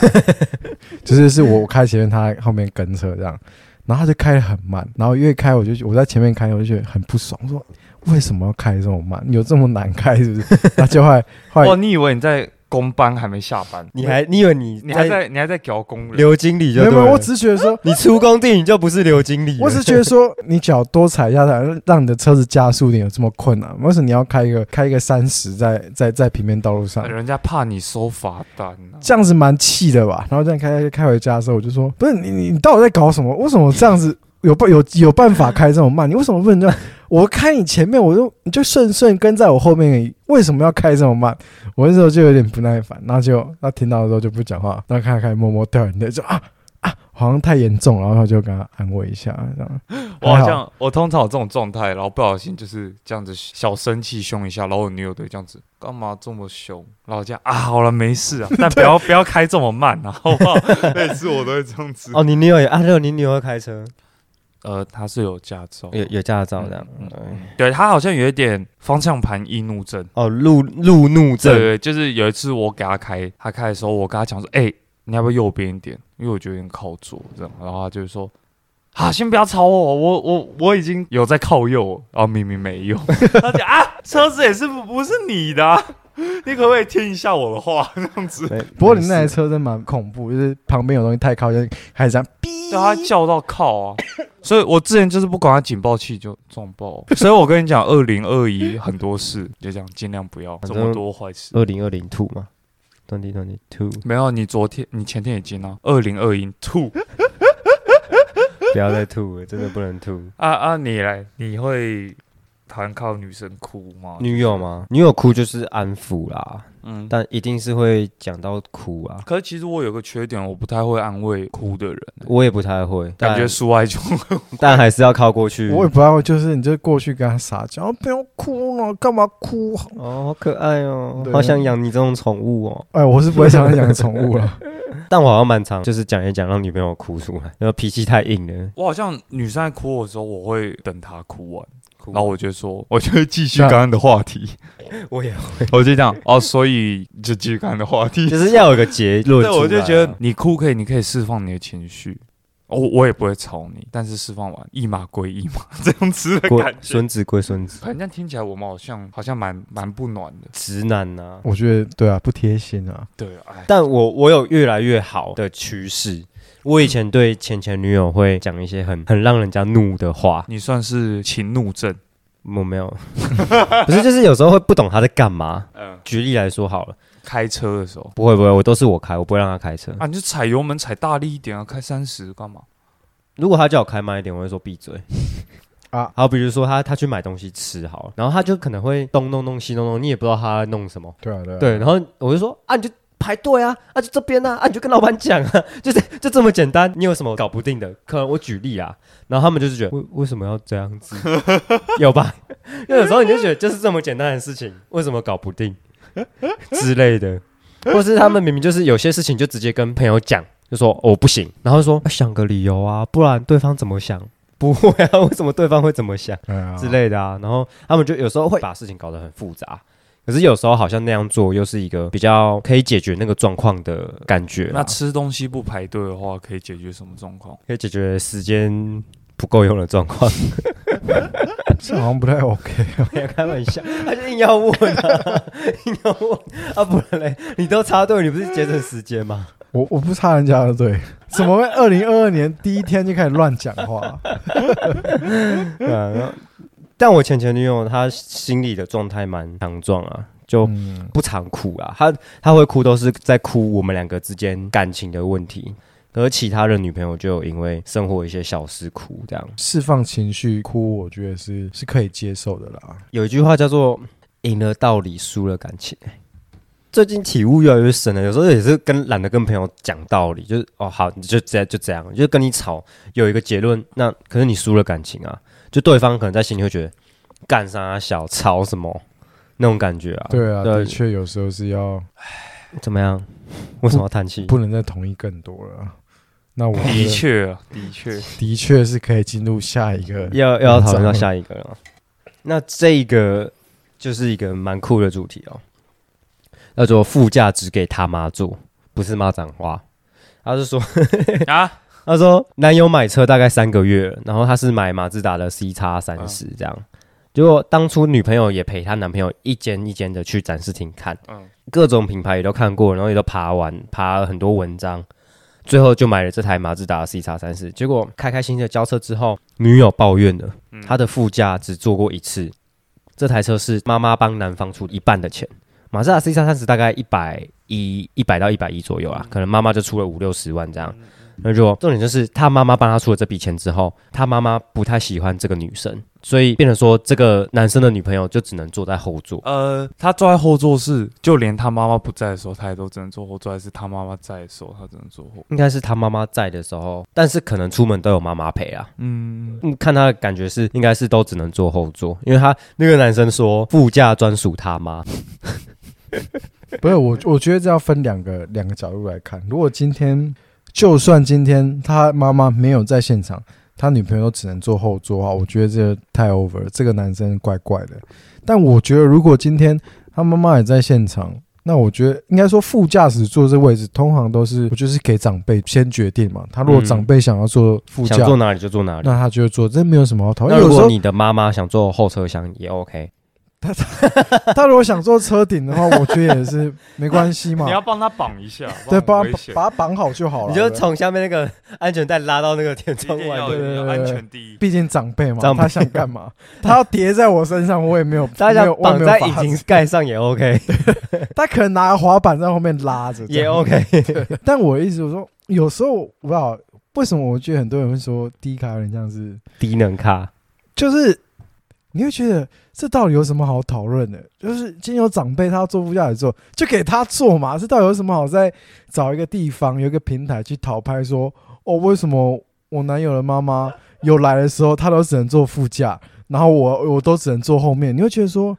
C: 就是是我开前面，她后面跟车这样，然后她就开的很慢，然后越开我就我在前面开我就觉得很不爽，我说为什么要开这么慢？有这么难开是 不是？然后就后来后来
A: 哇，哦你以为你在公班还没下班？
B: 嗯你还你以为你
A: 你还在你还在搞工人？
B: 刘经理就
C: 没有
B: 对
C: 没有，
B: 了
C: 我只是觉得说。
B: 你出工地你就不是刘经 理了，
C: 我只是觉得说，你脚多踩一下它，让你的车子加速点有这么困难？为什么你要开一个开一个三十在在在平面道路上？
A: 人家怕你收罚单啊。
C: 这样子蛮气的吧？然后这样开开回家的时候，我就说，不是你你你到底在搞什么？为什么这样子有办有有办法开这么慢？你为什么不能这样？我开你前面，我就你就顺顺跟在我后面而已，为什么要开这么慢？我那时候就有点不耐烦，然后就他听到的时候就不讲话，然后开开默默掉眼泪，就啊啊，好像太严重，然后就跟他安慰一下，这样。
A: 我
C: 还
A: 好
C: 好
A: 像我通常有这种状态，然后不小心就是这样子小生气凶一下，然后我女友对这样子干嘛这么凶，然后我这样啊好了没事 啊，但不要不要开这么慢啊，好不 好？每次我都会这样子。
B: 哦，你女友也啊，六，你女友会开车，
A: 呃，她是有驾照，
B: 有有驾照
A: 嗯
B: 这样，
A: 嗯
B: 哎
A: 对她好像有一点方向盘易怒症。
B: 哦，路路怒
A: 对
B: 症，
A: 对，就是有一次我给她开，她开的时候我跟她讲说，哎、你要不要右边一点？因为我觉得有点靠左这样，然后她就说。啊，先不要吵我，我我我已经有在靠右了，然后明明没 有，她讲啊，车子也是不不是你的啊、你可不可以听一下我的话？这样 子，
B: 没
C: 不过你那台
B: 没事
C: 车真蛮恐怖，就是旁边有东西太靠近，开始这样
A: 对他叫到靠啊，所以我之前就是不管他警报器就撞爆，所以我跟你讲，二零二一很多事就这样，尽量不要
B: 反
A: 这
B: 正
A: 么多坏事。
B: 二零二零 two 嘛，twenty twenty two，
A: 没有，你昨天你前天也进啊，二零二一吐
B: 不要再吐了，真的不能吐。
A: 啊啊！你来，你会弹靠女生哭吗？
B: 女友吗？女友哭就是安抚啦，
A: 嗯，
B: 但一定是会讲到哭啊。
A: 可是其实我有个缺点，我不太会安慰哭的人，
B: 我也不太会，
A: 感觉
B: 但
A: 输爱 就
B: 但还是要靠过去。
C: 我也不知道，就是你就过去跟他撒娇，啊不要哭了，干嘛哭？
A: 嗯
B: 哦，好可爱哦，
C: 对
B: 好想养你这种宠物哦。
C: 哎，我是不会想要养宠物了。
B: 但我好像蛮常就是讲一讲，让女朋友哭出来，然后脾气太硬了。
A: 我好像女生在哭的时候，我会等她哭完，
B: 哭。
A: 然后我就说，我就继续刚刚的话题，
B: 我也
A: 我就这样哦，所以就继续刚刚的话题。
B: 就是要有个结论 出
A: 对，
B: 来啊。
A: 我就觉得你哭可以，你可以释放你的情绪，我、我也不会吵你，但是释放完一码归一码，这样子的
B: 归
A: 感觉。
B: 孙子归孙子，
A: 反正听起来我们好像好像蛮蛮不暖的。
B: 直男呐、
C: 我觉得对啊，不贴心啊。
A: 对，哎，
B: 但我我有越来越好的趋势。我以前对前前女友会讲一些很很让人家怒的话，
A: 你算是情怒症。
B: 我没有，不是就是有时候会不懂他在干嘛。
A: 嗯，
B: 举例来说好了，
A: 开车的时候
B: 不会不会，我都是我开，我不会让他开车。
A: 啊，你就踩油门踩大力一点啊，开三十干嘛？
B: 如果他叫我开慢一点，我会说闭嘴。
C: 啊
B: 啊，好，比如说他他去买东西吃好了，然后他就可能会东弄弄西弄弄，你也不知道他在弄什么。
C: 对啊，对啊，
B: 对，然后我就说啊，你就排队啊，啊就这边啊，啊你就跟老板讲啊， 就是就这么简单。你有什么搞不定的？可能我举例啊，然后他们就是觉得为为什么要这样子？ 有吧？因为有时候你就觉得就是这么简单的事情，为什么搞不 定之类的，或是他们明明就是有些事情就直接跟朋友讲，就说、哦我不行，然后说、啊想个理由啊，不然对方怎么想？不会啊， 为什么对方会怎么想？
C: 对啊
B: 之类的啊。然后他们就有时候会把事情搞得很复杂，可是有时候好像那样做又是一个比较可以解决那个状况的感觉
A: 那
B: 啦，
A: 吃东西不排队的话，可以解决什么状况？
B: 可以解决时间不够用的状 况。
C: 这好像不太 OK 啊。
B: 没有开玩笑，他就硬要问 啊，硬要问啊，不然嘞，你都插队，你不是节省时间吗？
C: 我我不差人家的对，怎 么会二零二二年第一天就开始乱讲话？
B: 对啊。然后但我前前女友她心理的状态蛮强壮啊，就
C: 嗯，
B: 不常哭啊，她她会哭都是在哭我们两个之间感情的问题。可是其他的女朋友就有因为生活一些小事哭，这样
C: 释放情绪哭，我觉得是是可以接受的啦。
B: 有一句话叫做“赢了道理，输了感情”。最近体悟越来越深了，有时候也是跟懒得跟朋友讲道理，就是哦好，你就这样就这样，就跟你吵有一个结论，那可是你输了感情啊，就对方可能在心里会觉得干啥啊小吵什么那种感觉啊，
C: 对啊，
B: 对
C: 的确有时候是要
B: 怎么样？为什么要叹气？
C: 不能再同意更多了。那我觉
A: 的
C: 得
A: 确啊，的确，
C: 的确是可以进入下一个。
B: 要要讨论到下一个了。那这一个就是一个蛮酷的主题哦，叫做副驾只给他妈坐，不是骂脏话。他是说，
A: 啊，
B: 他说男友买车大概三个月了，然后他是买马自达的 C 叉三十这样。结果当初女朋友也陪她男朋友一间一间的去展示厅看，
A: 嗯，
B: 各种品牌也都看过，然后也都爬完，爬了很多文章，最后就买了这台马自达 C 叉三十。结果开开心心的交车之后，女友抱怨了，
A: 嗯
B: 她的副驾只坐过一次，这台车是妈妈帮男方出一半的钱。马自达 C 叉三十大概一百一、一百到一百一左右啊，可能妈妈就出了五六十万这样。那就重点就是他妈妈帮他出了这笔钱之后，他妈妈不太喜欢这个女生，所以变成说这个男生的女朋友就只能坐在后座。
A: 呃，他坐在后座是，就连他妈妈不在的时候，他也都只能坐后座；还是他妈妈在的时候，他只能坐后。
B: 应该是他妈妈在的时候，但是可能出门都有妈妈陪啊。
A: 嗯，
B: 嗯，看他的感觉是，应该是都只能坐后座，因为他那个男生说副驾专属他妈。
C: 不是我，我觉得这要分两个两个角度来看。如果今天，就算今天他妈妈没有在现场，他女朋友只能坐后座的话，啊我觉得这个太 over，了这个男生怪怪的。但我觉得，如果今天他妈妈也在现场，那我觉得应该说副驾驶座这位置通常都是，我就是给长辈先决定嘛。他如果
B: 嗯
C: 长辈想要坐副
B: 想
C: 驾，
B: 坐哪里就坐哪里。
C: 那他就坐，这没有什么好讨
B: 那
C: 论。有
B: 如
C: 时
B: 果
C: 候
B: 你的妈妈想坐后车厢也 OK，
C: 他如果想坐车顶的话，我觉得也是没关系 嘛
A: 你。要帮他绑一下，
C: 对，
A: 不然
C: 把
A: 很危险
C: 把它绑好就好了。
B: 你就从下面那个安全带拉到那个天
A: 一
B: 窗
A: 定
B: 外
A: 要
B: 面。
C: 对对
A: 要
C: 对
A: 安
C: 对
A: 全第一。
C: 毕竟长辈嘛，
B: 长辈
C: 他想 干嘛？他要叠在我身上，我也没有，
B: 大
C: 没
B: 家
C: 有我也
B: 绑
C: 没有
B: 在
C: 法
B: 引
C: 子
B: 擎盖上也 OK，
C: 他可能拿个滑板在后面拉着，
B: 也 OK。
C: 但我一直我说，有时候我不知道为什么，我觉得很多人会说低卡有点像是，
B: 低能卡，
C: 就是你会觉得这到底有什么好讨论的？就是今天有长辈他要坐副驾驶座，就给他坐嘛，这到底有什么好在找一个地方有一个平台去讨拍说，哦，为什么我男友的妈妈有来的时候，他都只能坐副驾，然后我我都只能坐后面，你会觉得说。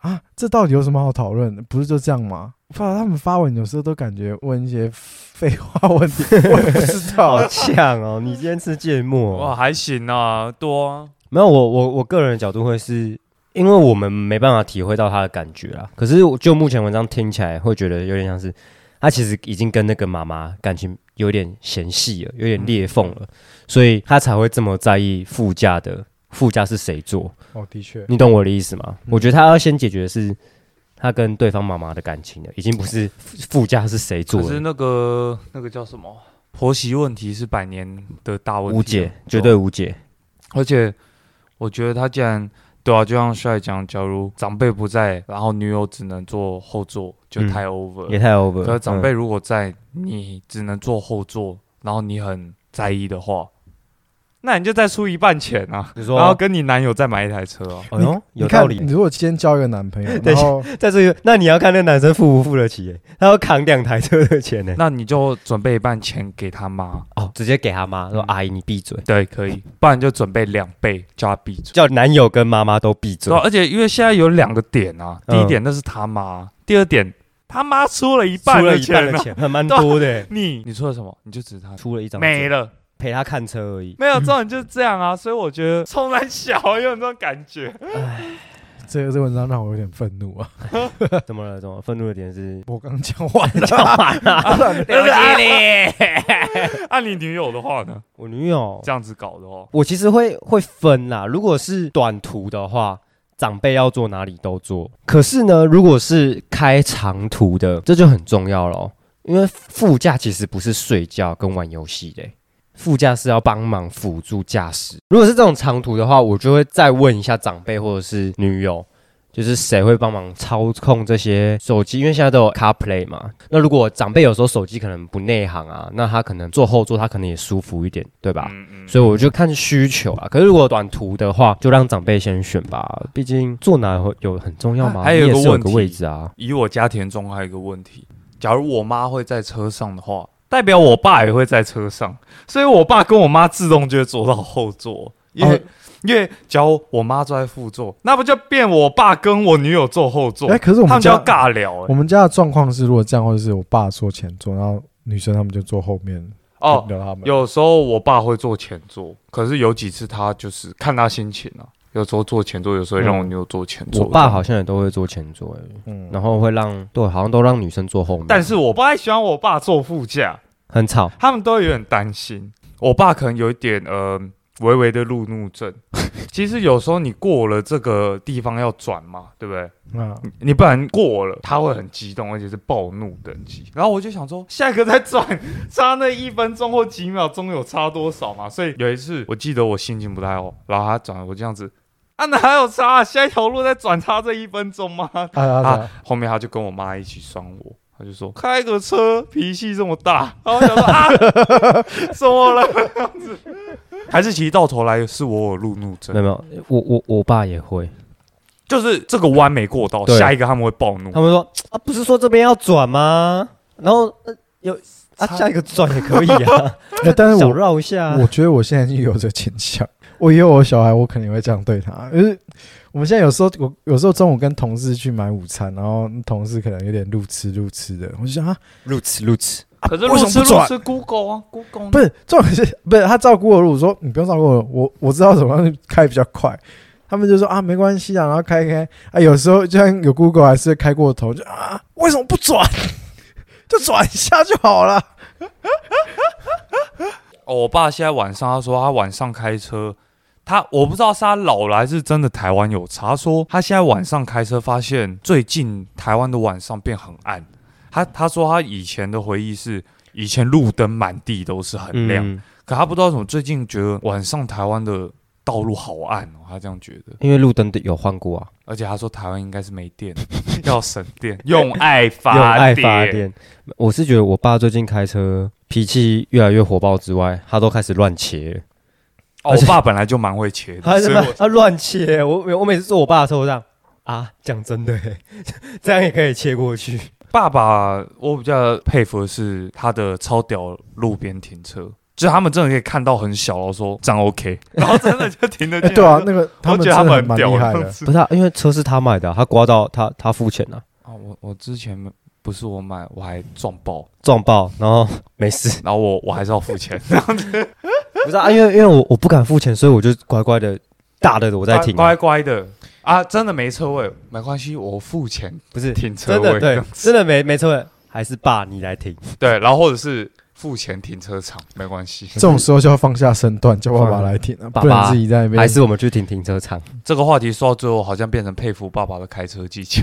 C: 啊，这到底有什么好讨论的？不是就这样吗？发他们发文有时候都感觉问一些废话问题，我也不知道
B: 好。呛哦！你今天吃芥末
A: 哇，
B: 哦，
A: 还行啊，多啊。
B: 没有，我我我个人的角度会是，因为我们没办法体会到他的感觉啦。可是我就目前文章听起来，会觉得有点像是他其实已经跟那个妈妈感情有点嫌隙了，有点裂缝了，所以他才会这么在意副驾的副驾是谁坐。
C: 哦，的确，
B: 你懂我的意思吗？
C: 嗯
B: 我觉得他要先解决的是他跟对方妈妈的感情了，已经不是副驾是谁坐
A: 可是
B: 了，
A: 那个那个叫什么婆媳问题是百年的大问题啊，
B: 无解，绝对无解。
A: 而且我觉得他既然对啊，就像帅讲，假如长辈不在，然后女友只能坐后座，就
B: 嗯
A: 太 over 了。
B: 也太 over
A: 可
B: 了。
A: 是长
B: 嗯
A: 辈如果在，你只能坐后座，然后你很在意的话，那你就再出一半钱啊，
B: 你
A: 然后
B: 说，
A: 跟你男友再买一台车啊。
B: 哎呦，
C: 你
B: 嗯哦有
C: 看
B: 道理。
C: 你如果今天交一个男朋友，
B: 等
C: 然
B: 一下
C: 后
B: 在这个，那你要看那男生付不付得起、欸，他要扛两台车的钱呢、
A: 那你就准备一半钱给他妈，
B: 哦，直接给他妈说：“阿姨，你闭嘴。
A: 对，可以，不然就准备两倍，叫他闭”嘴。
B: 叫男友跟妈妈都闭嘴
A: 对啊，。而且因为现在有两个点啊，第
B: 嗯
A: 一点那是他妈，第二点他妈出了一
B: 出
A: 半
B: 了
A: 的
B: 一
A: 钱
B: 半的
A: 啊，
B: 钱，还蛮多的、 欸。
A: 你你出了什么？你就只是 他
B: 出了一张
A: 没
B: 了，
A: 了，
B: 陪他看车而已。
A: 没有这种就是这样啊， 所以我觉得冲男小有种这种感觉。
C: 这个这文章让我有点愤怒啊！？
B: 怎么了？怎么了？愤怒的点是
C: 我刚讲完 了，
A: 对不 起你。按你女友的话呢？
B: 我女友，
A: 这样子搞的话，
B: 我其实会会分啦。如果是短途的话，长辈要坐哪里都坐。可是呢，如果是开长途的，这就很重要咯，因为副驾其实不是睡觉跟玩游戏的欸、副驾是要帮忙辅助驾驶。如果是这种长途的话，我就会再问一下长辈或者是女友。就是谁会帮忙操控这些手机？因为现在都有 CarPlay 嘛。那如果长辈有时候手机可能不内行啊，那他可能坐后座，他可能也舒服一点，对吧？
A: 嗯嗯
B: 所以我就看需求啊。可是如果短途的话，就让长辈先选吧，毕竟坐哪会有很重要吗？
A: 还有
B: 你
A: 一个
B: 也是有
A: 问
B: 个
A: 题
B: 位置啊，
A: 以我家庭中还有一个问题，假如我妈会在车上的话，代表我爸也会在车上，所以我爸跟我妈自动就会坐到后座，因为、
B: 哦
A: 因为假如我妈坐在副座，那不就变我爸跟我女友坐后座？
C: 哎，可是我
A: 他
C: 们
A: 们就要
C: 家
A: 尬聊、
C: 我
A: 哎
C: 们家的状况是，如果这样，或者是我爸坐前座，然后女生他们就坐后面，
A: 哦，
C: 聊他们。
A: 有时候我爸会坐前座，可是有几次他就是看他心情啊，有时候坐前座，有时候让我女友坐前座。
B: 我爸好像也都会坐前座、欸，
C: 嗯
B: 然后会让对，好像都让女生坐后面，
A: 但是我不太喜欢我爸坐副驾，
B: 很吵。
A: 他们都有点担心。我爸可能有一点呃微微的路怒症。其实有时候你过了这个地方要转嘛，对不对？
C: 啊，
A: 你不然过了，他会很激动，而且是暴怒等级。然后我就想说，下一个再转，差那一分钟或几秒钟有差多少嘛？所以有一次，我记得我心情不太好，然后他转了我这样子，啊哪有差、啊？下一条路再转差这一分钟吗？
C: 啊啊啊！
A: 后面他就跟我妈一起酸我，他就说开个车脾气这么大，然后我想说啊， 怎么了？这样子，还是其实到头来是我有路怒症
B: 没有，没有，我我我爸也会，
A: 嗯就是这个弯没过到，
B: 对
A: 下一个他们会暴怒
B: 他。们说啊，不是说这边要转吗？然后、呃、有啊，
A: 差
B: 下一个转也可以 啊，
C: 那哎但是
B: 小
C: 我
B: 绕一下啊
C: 我。觉得我现在就有这倾向， 我以后我小孩我肯定会这样对他。就是我们现在有时候我有时候中午跟同事去买午餐，然后同事可能有点路痴路痴的，我就想啊，啊
B: 路痴路痴，
A: 可是
C: 为
A: 路
C: 什么
A: 痴
C: 不
A: 路
C: 转
A: 痴 Google 啊，Google
C: 不
A: 是
C: 是重点是不是他照顾我路，我说你不用照顾我，我我知道怎么样开比较快。他们就说啊没关系啊，然后开一开啊，有时候就像有 Google 还是会开过头，就啊为什么不转？ 就转一下就好了。
A: 哦，我爸现在晚上他说他晚上开车，他我不知道是他老了还是真的台湾有差，他说他现在晚上开车发现最近台湾的晚上变很暗。他他说他以前的回忆是以前路灯满地都是很亮，
B: 嗯，
A: 可他不知道为什么最近觉得晚上台湾的道路好暗哦，他这样觉得。
B: 因为路灯有换过啊，
A: 而且他说台湾应该是没 电，要省电，用爱发
B: 用爱发。电。我是觉得我爸最近开车脾气越来越火爆之外，他都开始乱切，
A: 哦，我爸本来就蛮会切
B: 他
A: 的，
B: 他
A: 所以
B: 妈
A: 我
B: 他乱切。我我我每次坐我爸的车，我这样啊，讲真的 欸，这样也可以切过去。
A: 爸爸，我比较佩服的是他的超屌路边停车，就是他们真的可以看到很小，然后说这样 OK，然后真的就停了
C: 哎、
A: 进来。
C: 对啊，那个他
A: 我
C: 们
A: 觉得他
C: 真的
A: 们
C: 很
A: 很
C: 蛮
A: 屌
C: 厉害
A: 这样
C: 的。
A: 子
B: 不是、啊，因为车是他买的啊、他刮到他他付钱啊，
A: 啊，我我之前不是我买，我还撞爆，
B: 撞爆，然后没 事。
A: 然后 我我还是要付钱。
B: 不是啊，因为因为我我不敢付钱，所以我就乖乖的大的我在停啊、
A: 乖乖的啊，真的没车位，没关系，我付钱
B: 不是
A: 停车
B: 真的
A: 位。
B: 对，真的没没错，还是爸你来停。
A: 对然后或者是付钱停车场，没关系。
C: 这种时候就要放下身段，叫爸爸来停啊，
B: 爸爸
C: 不能自己在那边。
B: 还是我们去停停车场？
A: 这个话题说到最后，好像变成佩服爸爸的开车技巧。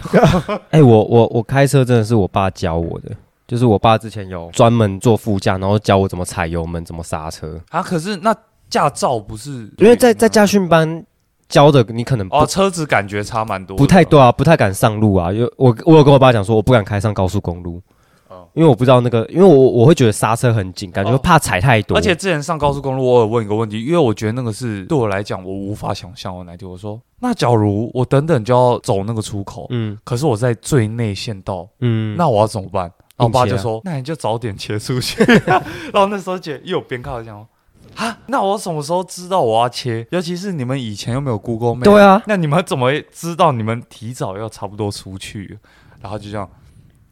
B: 哎、我我我开车真的是我爸教我的，就是我爸之前有专门坐副驾，然后教我怎么踩油门，怎么刹车。
A: 啊，可是那驾照不是啊
B: 因为在在驾训班教的，你可能不、
A: 哦，车子感觉差蛮多的，
B: 不太对啊，不太敢上路啊。因为我我有跟我爸讲说，我不敢开上高速公路，
A: 哦
B: 因为我不知道那个，因为我我会觉得刹车很紧，感觉
A: 哦
B: 怕踩太多。
A: 而且之前上高速公路，我有问一个问题，因为我觉得那个是对我来讲，我无法想象我哪天我说，那假如我等等就要走那个出口，
B: 嗯
A: 可是我在最内线道，
B: 嗯，
A: 那我要怎么办？然后我
B: 硬切啊
A: 爸就说：“那你就早点切出 去。”然后那时候姐又有边看我讲：“啊，那我什么时候知道我要切？尤其是你们以前又没有 Google Map，
B: 对 啊，
A: 那你们怎么会知道你们提早要差不多出去？”然后就这样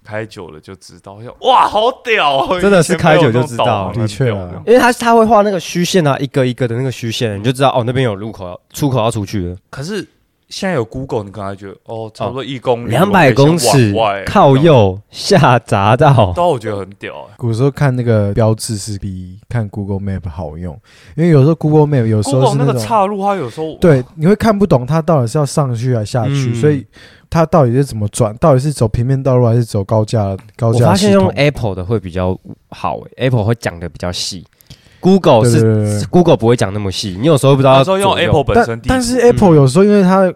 A: 开久了就知道，我想哇，好屌、哦！
B: 真的
A: 以前
B: 是开久
A: 没有
B: 就
A: 这
B: 知道
A: 种导航
C: 的确啊
A: 很屌
B: 因为他他会画那个虚线啊，一个一个的那个虚线，你就知道哦，那边有路口要出口要出去了，
A: 可是现在有 Google，你可能还觉得哦，差不多一公里，
B: 两百公尺靠
A: 右，
B: 右哦下匝道。
A: 啊都我觉得很屌、欸。
C: 古时候看那个标志是比看 Google Map 好用，因为有时候 Google Map 有时候
A: Google
C: 是
A: 那个
C: 种
A: 岔路，它有时候
C: 对，你会看不懂它到底是要上去还是下去，
B: 啊嗯
C: 所以它到底是怎么转，到底是走平面道路还是走高架高
B: 我
C: 架系统？
B: 发现用 Apple 的会比较好、欸、，Apple 会讲的比较细，Google
C: 对对
B: 是
C: 对对对
B: Google 不会讲那么细，你有时候不知道
A: 有
B: 要
A: 时候啊用
B: 左右
A: Apple 本身
C: 但
A: 地
C: 但
A: 址
C: 是 Apple
B: 嗯
C: 有时候因为它的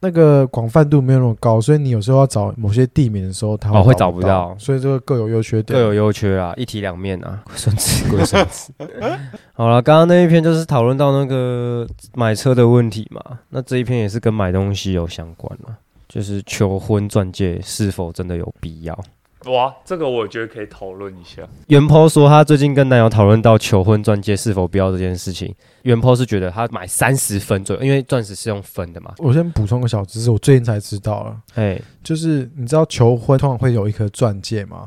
C: 那个广泛度没有那么高，所以你有时候要找某些地名的时候，它
B: 哦会
C: 找
B: 找不到
C: 所以这个各有优缺
B: 各
C: 点。
B: 有优缺啊，一体两面啊，龟孙子，龟孙子。 好了，刚刚那一篇就是讨论到那个买车的问题嘛，那这一篇也是跟买东西有相关啊，就是求婚钻戒是否真的有必要？
A: 哇，这个我觉得可以讨论一下。
B: 袁坡说，他最近跟男友讨论到求婚钻戒是否必要这件事情。袁坡是觉得他买三十分左右，因为钻石是用分的嘛。
C: 我先补充个小知识，我最近才知道了，
B: 哎，
C: 就是你知道求婚通常会有一颗钻戒吗？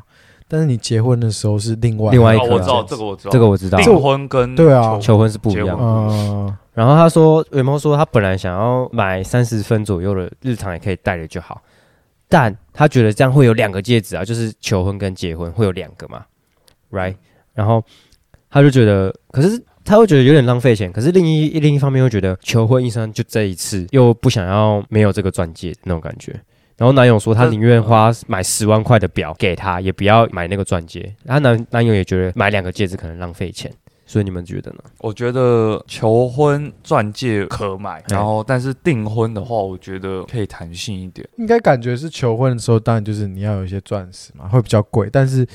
C: 但是你结婚的时候是另外
B: 另外
A: 啊
B: 一，颗
A: 我知道这个，我知道
B: 这个我知道。
A: 订婚跟
C: 对啊
A: 求
B: 求婚是不一
A: 结
B: 样
A: 婚
B: 的。
C: 呃，
B: 然后他说，袁坡说他本来想要买三十分左右的日常也可以戴的就好，但他觉得这样会有两个戒指啊，就是求婚跟结婚会有两个嘛，right？然后他就觉得，可是他会觉得有点浪费钱，可是另一另一方面又觉得求婚一生就这一次，又不想要没有这个钻戒的那种感觉。然后男友说，他
A: 这
B: 宁愿花买十万块的表给他，也不要买那个钻戒。他男男友也觉得买两个戒指可能浪费钱，所以你们觉得呢？
A: 我觉得求婚钻戒可
C: 哎
A: 买，然后但是订婚的话，我觉得可以弹性一点。
C: 应该感觉是求婚的时候，当然就是你要有一些钻石嘛，会比较贵。但是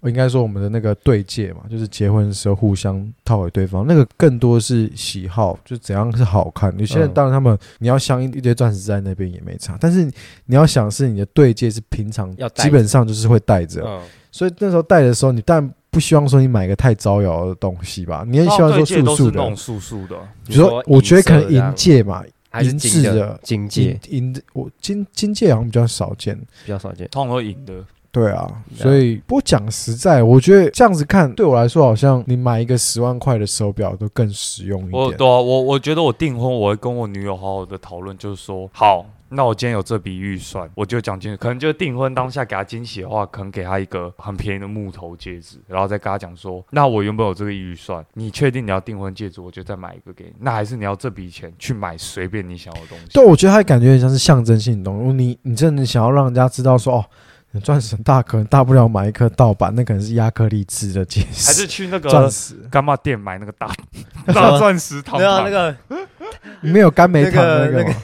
C: 我应该说我们的那个对戒嘛，就是结婚的时候互相套给对方，那个更多是喜好，就怎样是好看。有些人
B: 嗯
C: 当然他们你要镶一一堆钻石在那边也没差，但是你要想是你的对戒是平常
B: 要戴
C: 基本上就是会戴着，
B: 嗯，
C: 所以那时候戴的时候，你当然不希望说你买个太招摇的东西吧，你也希望
A: 哦对
C: 说
A: 戒
C: 素
A: 都是
C: 素
A: 那
C: 的
A: 种。素素的，
C: 比如说，我觉得可能
B: 银色
C: 银戒
A: 嗯
C: 嘛，
B: 还是金
C: 银质
B: 的
C: 的
B: 金戒
C: 银银我金金戒好像比较少见，
B: 比较少见。
A: 通常都赢的。
C: 对啊，
B: 对啊
C: 所以不过讲实在，我觉得这样子看对我来说，好像你买一个十万块的手表都更实用一
A: 我
C: 点。
A: 对啊，我我觉得我订婚，我会跟我女友好好的讨论，就是说，好，那我今天有这笔预算，我就讲清楚，可能就订婚当下给她惊喜的话，可能给她一个很便宜的木头戒指，然后再跟她讲说，那我原本有这个预算，你确定你要订婚戒指，我就再买一个给你，那还是你要这笔钱去买随便你想要的东西？
C: 对，我觉得它感觉很像是象征性的东西。你你真的想要让人家知道说，哦，你钻石很大可能大不了买一颗盗版，那可能是亚克力制的戒
A: 还是
C: 指，
A: 去那
C: 钻
A: 个
C: 石
A: 干妈店买那个 大
B: 什
A: 大
B: 么
A: 钻石糖
B: 对啊，
A: 糖
B: 那个
C: 没有甘梅糖
B: 那
C: 那
B: 个
C: 个
B: 那
C: 吗。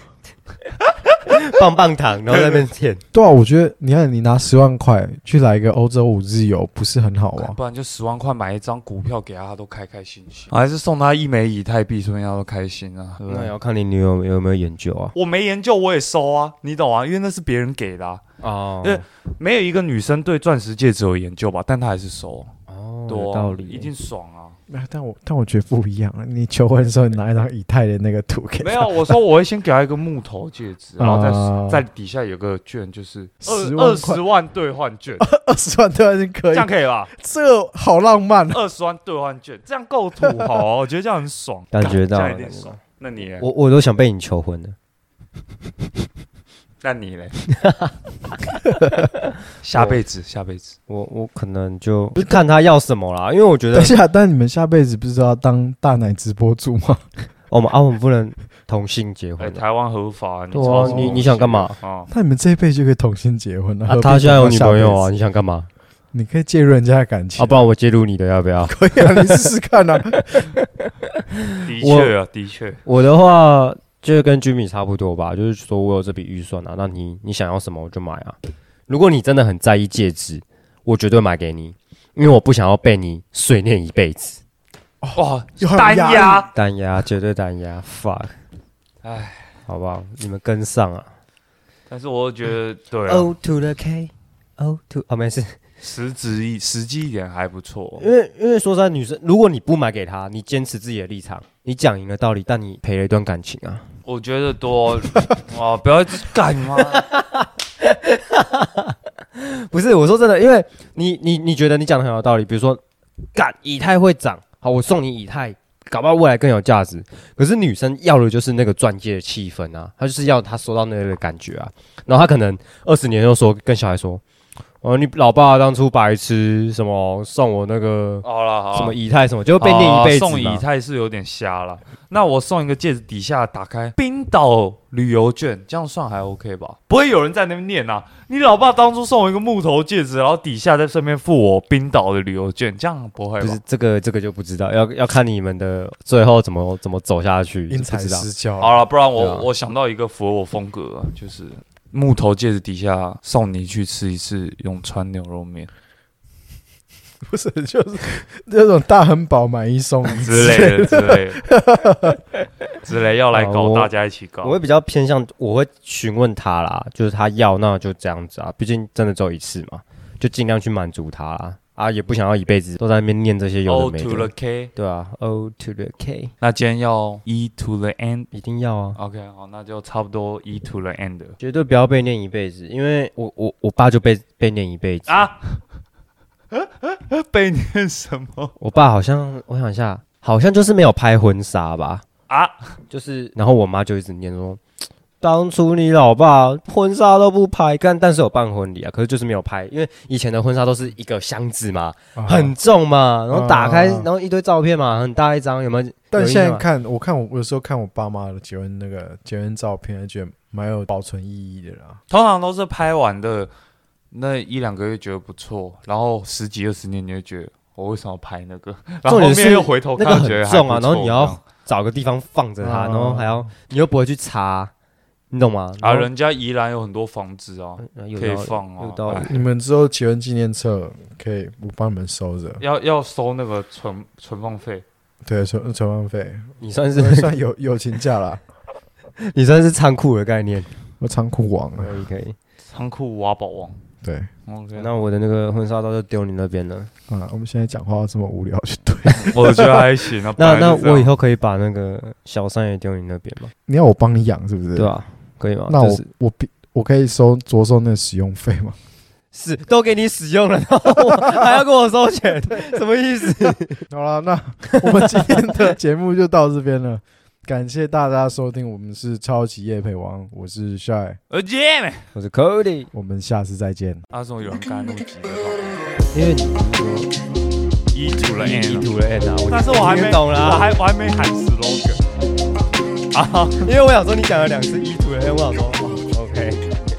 B: 棒棒糖，然后在那边 舔。
C: 对啊，我觉得你看你拿十万块去来一个欧洲五日游，不是很好啊吗？
A: 哎不然就十万块买一张股票给他，他都开开心心。还是送他一枚以太币，说明他都开心啊。对不对
B: 那也要看你女友有没有研究啊。
A: 我没研究，我也收啊，你懂啊？因为那是别人给的、啊，
B: 哦
A: 对没有一个女生对钻石戒指有研究吧？但她还是收啊，
B: 哦，
A: 对啊、
B: 有道理。
A: 一定爽啊！
C: 啊但我但我觉得不一样啊。你求婚的时候，你拿一张以太的那个图给
A: 没
C: 他，
A: 有，啊我说我会先给她一个木头戒指，然 后再、
C: 啊
A: 在底下有个券，就是
C: 10
A: 二二
C: 万块
A: 十万兑换 券，
C: 二十万当然是可
A: 这
C: 以
A: 样，可以吧？
C: 这好浪漫啊！
A: 二十万兑换券，这样够土豪、哦，我觉得这样很爽，
B: 感觉到
A: 这
B: 了
A: 样一定爽。那你嘞
B: 我我都想被你求婚了，
A: 那你 嘞？下辈子，下辈子，
B: 我我可能就就看他要什么啦，因为我觉
C: 等
B: 得哦
C: 一下，但你们下辈子不是要当大奶直播主吗？
B: 我们啊我们不能同性结
A: 哎、
B: 婚啊，
A: 台湾合法，你
B: 对啊
A: 知道什么
B: 你
A: 东
B: 你
A: 西
B: 想干嘛
A: 啊？
C: 那你们这一辈就可以同性结婚了。
B: 啊
C: 何必
B: 他现在有
C: 等到
B: 女
C: 下
B: 朋友
C: 辈
B: 啊，
C: 子，
B: 你想干嘛？
C: 你可以介入人家的感情
B: 啊，不然我介入你的要不要？
C: 可以 啊，你试试 看啊。
A: 的
B: 我
A: 确啊，的确，
B: 我的话就是跟居米差不多吧，就是说我有这笔预算啊，那你你想要什么我就买啊。如果你真的很在意戒指，我绝对买给你，因为我不想要被你碎念一辈子。
A: 哇，
C: 有很有
A: 单
C: 压力
A: 压，
B: 单压绝对单压，fuck，
A: 哎，
B: 好不好？你们跟上啊。
A: 但是我又觉得对啊，
B: O to the K，O to 啊没事，
A: 实质一实际一点还不错
B: 因，为因为说实在，女生如果你不买给她，你坚持自己的立场，你讲赢了道理，但你赔了一段感情啊。
A: 我觉得多 哇，不要一直干嘛？
B: 不是，我说真的，因为你你你觉得你讲的很有道理，比如说，干以太会涨，好，我送你以太，搞不好未来更有价值。可是女生要的就是那个钻戒的气氛啊，她就是要她收到那个感觉啊。然后她可能二十年又说跟小孩说，哦，你老爸当初白痴，什么送我那个
A: 好了好啦，
B: 什么以太什么，就被念一辈子、
A: 啊送以，太是有点瞎了。那我送一个戒指，底下打开冰岛旅游券，这样算还 OK 吧？不会有人在那边念啊。你老爸当初送我一个木头戒指，然后底下在顺便付我冰岛的旅游券，这样不会
B: 不
A: 吧
B: 是？这个这个就不知道，要要看你们的最后怎么怎么走下去，
C: 因
B: 不
C: 材
B: 知道。
C: 施教。
A: 好了，不然我、
B: 对啊
A: 我想到一个符合我风格、啊，就是木头戒指底下送你去吃一次永川牛肉 面
C: 不是，就是那种大亨堡买 一送一
A: 之类的之类的之类，要来
B: 啊
A: 搞
B: 我
A: 大家一起搞
B: 我。会比较偏向，我会询问他啦，就是他要，那就这样子啊，毕竟真的只有一次嘛，就尽量去满足他啦。啊，也不想要一辈子都在那边念这些
A: O
B: 有的
A: Oh, to
B: 没
A: the
B: 的，
A: K，
B: 对啊，O to the K，
A: 那今天要 E to the N。
B: 一定要啊，
A: OK，好，那就差不多 E to the end 了
B: 绝对不要被念一辈子，因为我我我爸就被被念一辈子，
A: 啊。被念什么
B: 我爸好像我想一下，好像就是没有拍婚纱吧，
A: 啊？
B: 就是然后我妈就一直念说。当初你老爸婚纱都不拍，但但是有办婚礼啊，可是就是没有拍，因为以前的婚纱都是一个箱子嘛，
C: 啊
B: 很重嘛，然后打开，
C: 啊
B: 然后一堆照片嘛，很大一张，有没有？
C: 但
B: 有印
C: 现
B: 象
C: 在
B: 吗
C: 看，我看我有时候看我爸妈的结婚那个结婚照片，还觉得蛮有保存意义的啦。
A: 通常都是拍完的那一两个月觉得不错，然后十几二十年你就觉得我为什么要拍那个？然后后
B: 重点
A: 面
B: 是
A: 又回头
B: 那个
A: 看，觉得
B: 很重啊，
A: 还不错
B: 然后你要找个地方放着它，
C: 啊
B: 然后还要你又不会去查，你懂吗？
A: 这样啊，
B: 然后
A: 人家宜兰有很多房子啊，
B: 嗯有
A: 可以
B: 道理
A: 放
B: 有
A: 啊，
B: 道理
A: 哎
C: 你们之后结婚纪念册可以我帮你们收着，
A: 要要收那个存存放费。
C: 对，存存放费，
B: 你算
C: 这
B: 是
C: 算友友情价啦。
B: 你算是仓库的概念，
C: 我仓库王啊，
B: 可以可以。
A: 仓库挖宝王
C: 对
A: ，OK，
B: 嗯那我的那个婚纱照就丢你那边了。
C: 啊，我们现在讲话这么无聊，就 对。
B: 啊
A: 我觉得还行啊。
B: 那
A: 本来
B: 那
A: 就这样
B: 我以后可以把那个小三也丢你那边吗？
C: 你要我帮你养是不是？
B: 对吧？可以吗？
C: 那
B: 就
C: 我
B: 是
C: 我必我可以收着收那个使用费吗？
B: 是都给你使用了，然后我还要跟我收钱，什么意思？
C: 好了， 那我们今天的节目就到这边了，感谢大家收听，我们是超级夜配王，我是 Shy，
A: 呃啊姐妹，
B: 我是 Cody，
C: 我们下次再见。
A: 阿总有人甘露集的吧
B: 因为你
A: ，E to the
B: 地
A: end 啊。
B: 图的 N 啊，我
A: 但是我还
B: 你
A: 没
B: 懂啦，
A: 我 还我还没喊 slogan 啊。E
B: 因为我想说你讲了两次一图的 N，我想说哦 OK。